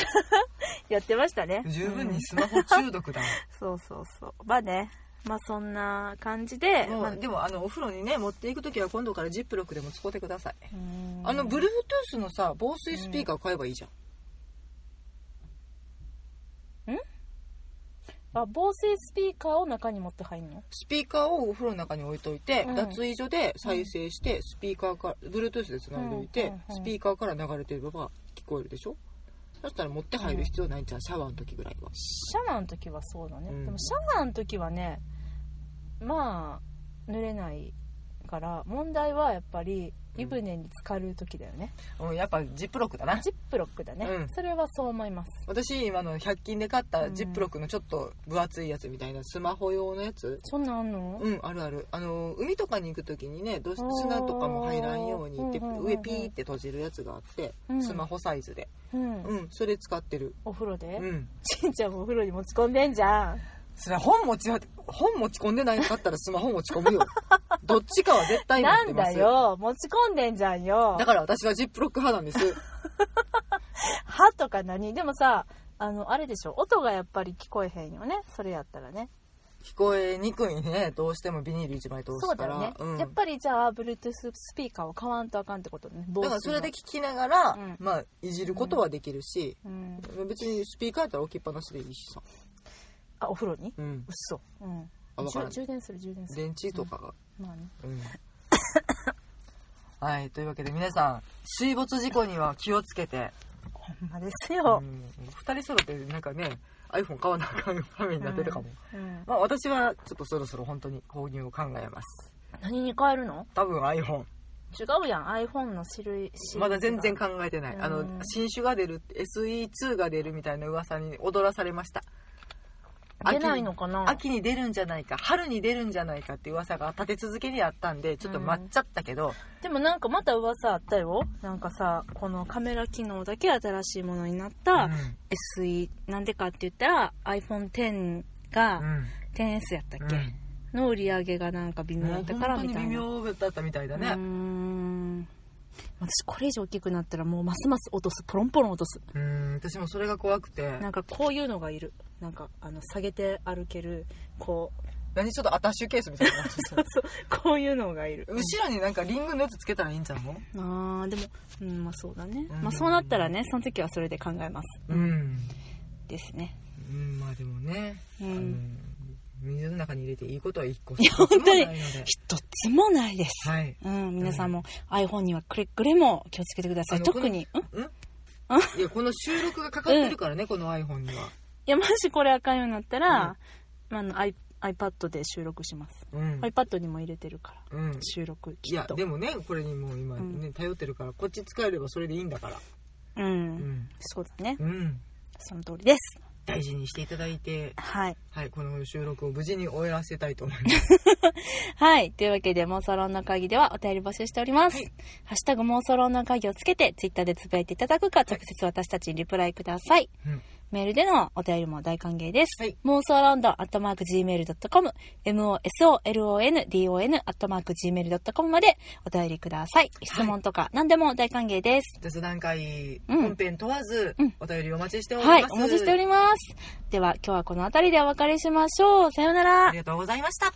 [SPEAKER 1] やってましたね
[SPEAKER 2] 十分
[SPEAKER 1] うん
[SPEAKER 2] にスマホ中毒だわ、
[SPEAKER 1] そうそうそうまあねまあそんな感じ で、
[SPEAKER 2] も
[SPEAKER 1] まあ
[SPEAKER 2] うでもあのお風呂にね持っていく時は今度からジップロックでも使ってください、
[SPEAKER 1] うん
[SPEAKER 2] あの Bluetooth のさ防水スピーカー買えばいいじゃん、
[SPEAKER 1] あ防水スピーカーを中に持って入んの
[SPEAKER 2] スピーカーをお風呂の中に置いといて、
[SPEAKER 1] うん
[SPEAKER 2] 脱衣所で再生して、スピーカーから Bluetooth でつないでおいて、
[SPEAKER 1] うんうんうん
[SPEAKER 2] スピーカーから流れてれば聞こえるでしょそしたら持って入る必要ないんじゃん、シャワーの時ぐらいは
[SPEAKER 1] シャワーの時はそうだね、
[SPEAKER 2] うん
[SPEAKER 1] でもシャワーの時はねまあ濡れないから問題はやっぱり湯船に浸かる時だよね、
[SPEAKER 2] うんやっぱジップロックだな
[SPEAKER 1] ジップロックだね、
[SPEAKER 2] うん
[SPEAKER 1] それはそう思います
[SPEAKER 2] 私今の100均で買った
[SPEAKER 1] うん
[SPEAKER 2] ジップロックのちょっと分厚いやつみたいなスマホ用のやつ
[SPEAKER 1] そんなんあんの、
[SPEAKER 2] うんあるあるあの海とかに行く時にねどうし
[SPEAKER 1] あー
[SPEAKER 2] 砂とかも入らんようにって
[SPEAKER 1] うんうんうんうん
[SPEAKER 2] 上ピーって閉じるやつがあって、
[SPEAKER 1] うん
[SPEAKER 2] スマホサイズで
[SPEAKER 1] うん
[SPEAKER 2] うんそれ使ってる
[SPEAKER 1] お風呂
[SPEAKER 2] う
[SPEAKER 1] で、
[SPEAKER 2] ん
[SPEAKER 1] しんちゃんもお風呂に持ち込んでんじゃん
[SPEAKER 2] それ本持ち本持ち込んでないかったらスマホ持ち込むよ どっちかは絶対に持
[SPEAKER 1] な
[SPEAKER 2] って
[SPEAKER 1] ん
[SPEAKER 2] ま
[SPEAKER 1] だ
[SPEAKER 2] す
[SPEAKER 1] よ持ち込んでんじゃんよ
[SPEAKER 2] だから私はジップロック派なんです
[SPEAKER 1] 歯とか何でもさあのあれでしょ音がやっぱり聞こえへんよねそれやったらね
[SPEAKER 2] 聞こえにくいねどうしてもビニール一枚通
[SPEAKER 1] そ
[SPEAKER 2] す
[SPEAKER 1] うだ
[SPEAKER 2] から
[SPEAKER 1] よね、
[SPEAKER 2] うん
[SPEAKER 1] やっぱりじゃあ Bluetooth スピーカーを買わんとあかんってことね防水
[SPEAKER 2] だか
[SPEAKER 1] の
[SPEAKER 2] らそれで聞きながら、
[SPEAKER 1] うん
[SPEAKER 2] まあいじることはできるし、
[SPEAKER 1] うん、
[SPEAKER 2] 別にスピーカーやったら置きっぱなしでいいしさ、
[SPEAKER 1] あお風呂に
[SPEAKER 2] うん
[SPEAKER 1] う、っそ、うん、
[SPEAKER 2] あわからん
[SPEAKER 1] 充充電する充電する
[SPEAKER 2] 電池とかが、
[SPEAKER 1] まあね
[SPEAKER 2] うんはいというわけで皆さん水没事故には気をつけて、
[SPEAKER 1] ほんまです
[SPEAKER 2] う
[SPEAKER 1] よ、
[SPEAKER 2] ん、2人揃ってなんかね iPhone 買わなあかんためになってるかも、
[SPEAKER 1] うん、
[SPEAKER 2] まあ私はちょっとそろそろ本当に購入を考えます
[SPEAKER 1] 何に変えるの
[SPEAKER 2] 多分
[SPEAKER 1] 違
[SPEAKER 2] iPhone
[SPEAKER 1] うやん iPhone の種類シリーズが
[SPEAKER 2] まだ全然考えてない、あ
[SPEAKER 1] う
[SPEAKER 2] の
[SPEAKER 1] ん
[SPEAKER 2] 新種が出るって SE2 が出るみたいな噂に踊らされました
[SPEAKER 1] 出ないのかな
[SPEAKER 2] 秋に出るんじゃないか春に出るんじゃないかっていう噂が立て続けにあったんでちょっと待っちゃったけど、
[SPEAKER 1] でもなんかまた噂あったよなんかさこのカメラ機能だけ新しいものになった
[SPEAKER 2] うん
[SPEAKER 1] SE なんでかって言ったら iPhone10 が、
[SPEAKER 2] うん
[SPEAKER 1] 10S やったっけ、
[SPEAKER 2] うん
[SPEAKER 1] の売り上げがなんか微妙だったからみたいな
[SPEAKER 2] もう本当に微妙だったみたいだ
[SPEAKER 1] うー
[SPEAKER 2] ね
[SPEAKER 1] ん私これ以上大きくなったらもうますます落とすポロンポロン落とす
[SPEAKER 2] うん私もそれが怖くて
[SPEAKER 1] なんかこういうのがいるなんかあの下げて歩けるこう
[SPEAKER 2] 何ちょっとアタッシュケースみたいな
[SPEAKER 1] そうこういうのがいる
[SPEAKER 2] 後ろになんかリングのやつつけたらいいんじゃんの
[SPEAKER 1] あーでもうんまあそうだね、
[SPEAKER 2] うん
[SPEAKER 1] まあそうなったらねその時はそれで考えます、
[SPEAKER 2] うん、
[SPEAKER 1] ですね
[SPEAKER 2] うん、まあでもね、
[SPEAKER 1] う
[SPEAKER 2] あの
[SPEAKER 1] ん
[SPEAKER 2] 水の中に入れていいことは一個
[SPEAKER 1] いや本当に
[SPEAKER 2] もないので
[SPEAKER 1] 一つもないです、
[SPEAKER 2] はい
[SPEAKER 1] うん、皆さんも iPhone にはくれぐれも気をつけてくださ
[SPEAKER 2] あ
[SPEAKER 1] い
[SPEAKER 2] の
[SPEAKER 1] 特にうんい
[SPEAKER 2] んいやこの収録がかかってるからね、この iPhone には
[SPEAKER 1] やもしこれあかんようになったら、まああの、I、iPad で収録します
[SPEAKER 2] うん、
[SPEAKER 1] iPad にも入れてるから
[SPEAKER 2] うん
[SPEAKER 1] 収録き
[SPEAKER 2] いや
[SPEAKER 1] っと
[SPEAKER 2] でもねこれにもう今
[SPEAKER 1] うん
[SPEAKER 2] ね、頼ってるからこっち使えればそれでいいんだから
[SPEAKER 1] う
[SPEAKER 2] うんん
[SPEAKER 1] そうだね
[SPEAKER 2] うん
[SPEAKER 1] その通りです
[SPEAKER 2] 大事にしていただいて、
[SPEAKER 1] はい。
[SPEAKER 2] はい、この収録を無事に終えらせたいと思います。
[SPEAKER 1] はい。というわけで、妄想論の会議ではお便り募集しております。
[SPEAKER 2] はい
[SPEAKER 1] ハッシュタグ妄想論の会議をつけて、ツイッターでつぶやいていただくか、直接私たちにリプライください。
[SPEAKER 2] うん
[SPEAKER 1] メールでのお便りも大歓迎です。
[SPEAKER 2] はい
[SPEAKER 1] 妄想ロンドンアットマーク Gmail.com、mosolondon アットマーク Gmail.com までお便りください。質問とか何でも大歓迎です。
[SPEAKER 2] 雑談会、
[SPEAKER 1] うん
[SPEAKER 2] 本編問わず、
[SPEAKER 1] うん
[SPEAKER 2] お便りお待ちしております。
[SPEAKER 1] はい、お待ちしております。では今日はこの辺りでお別れしましょう。さようなら
[SPEAKER 2] あり。がとうございました。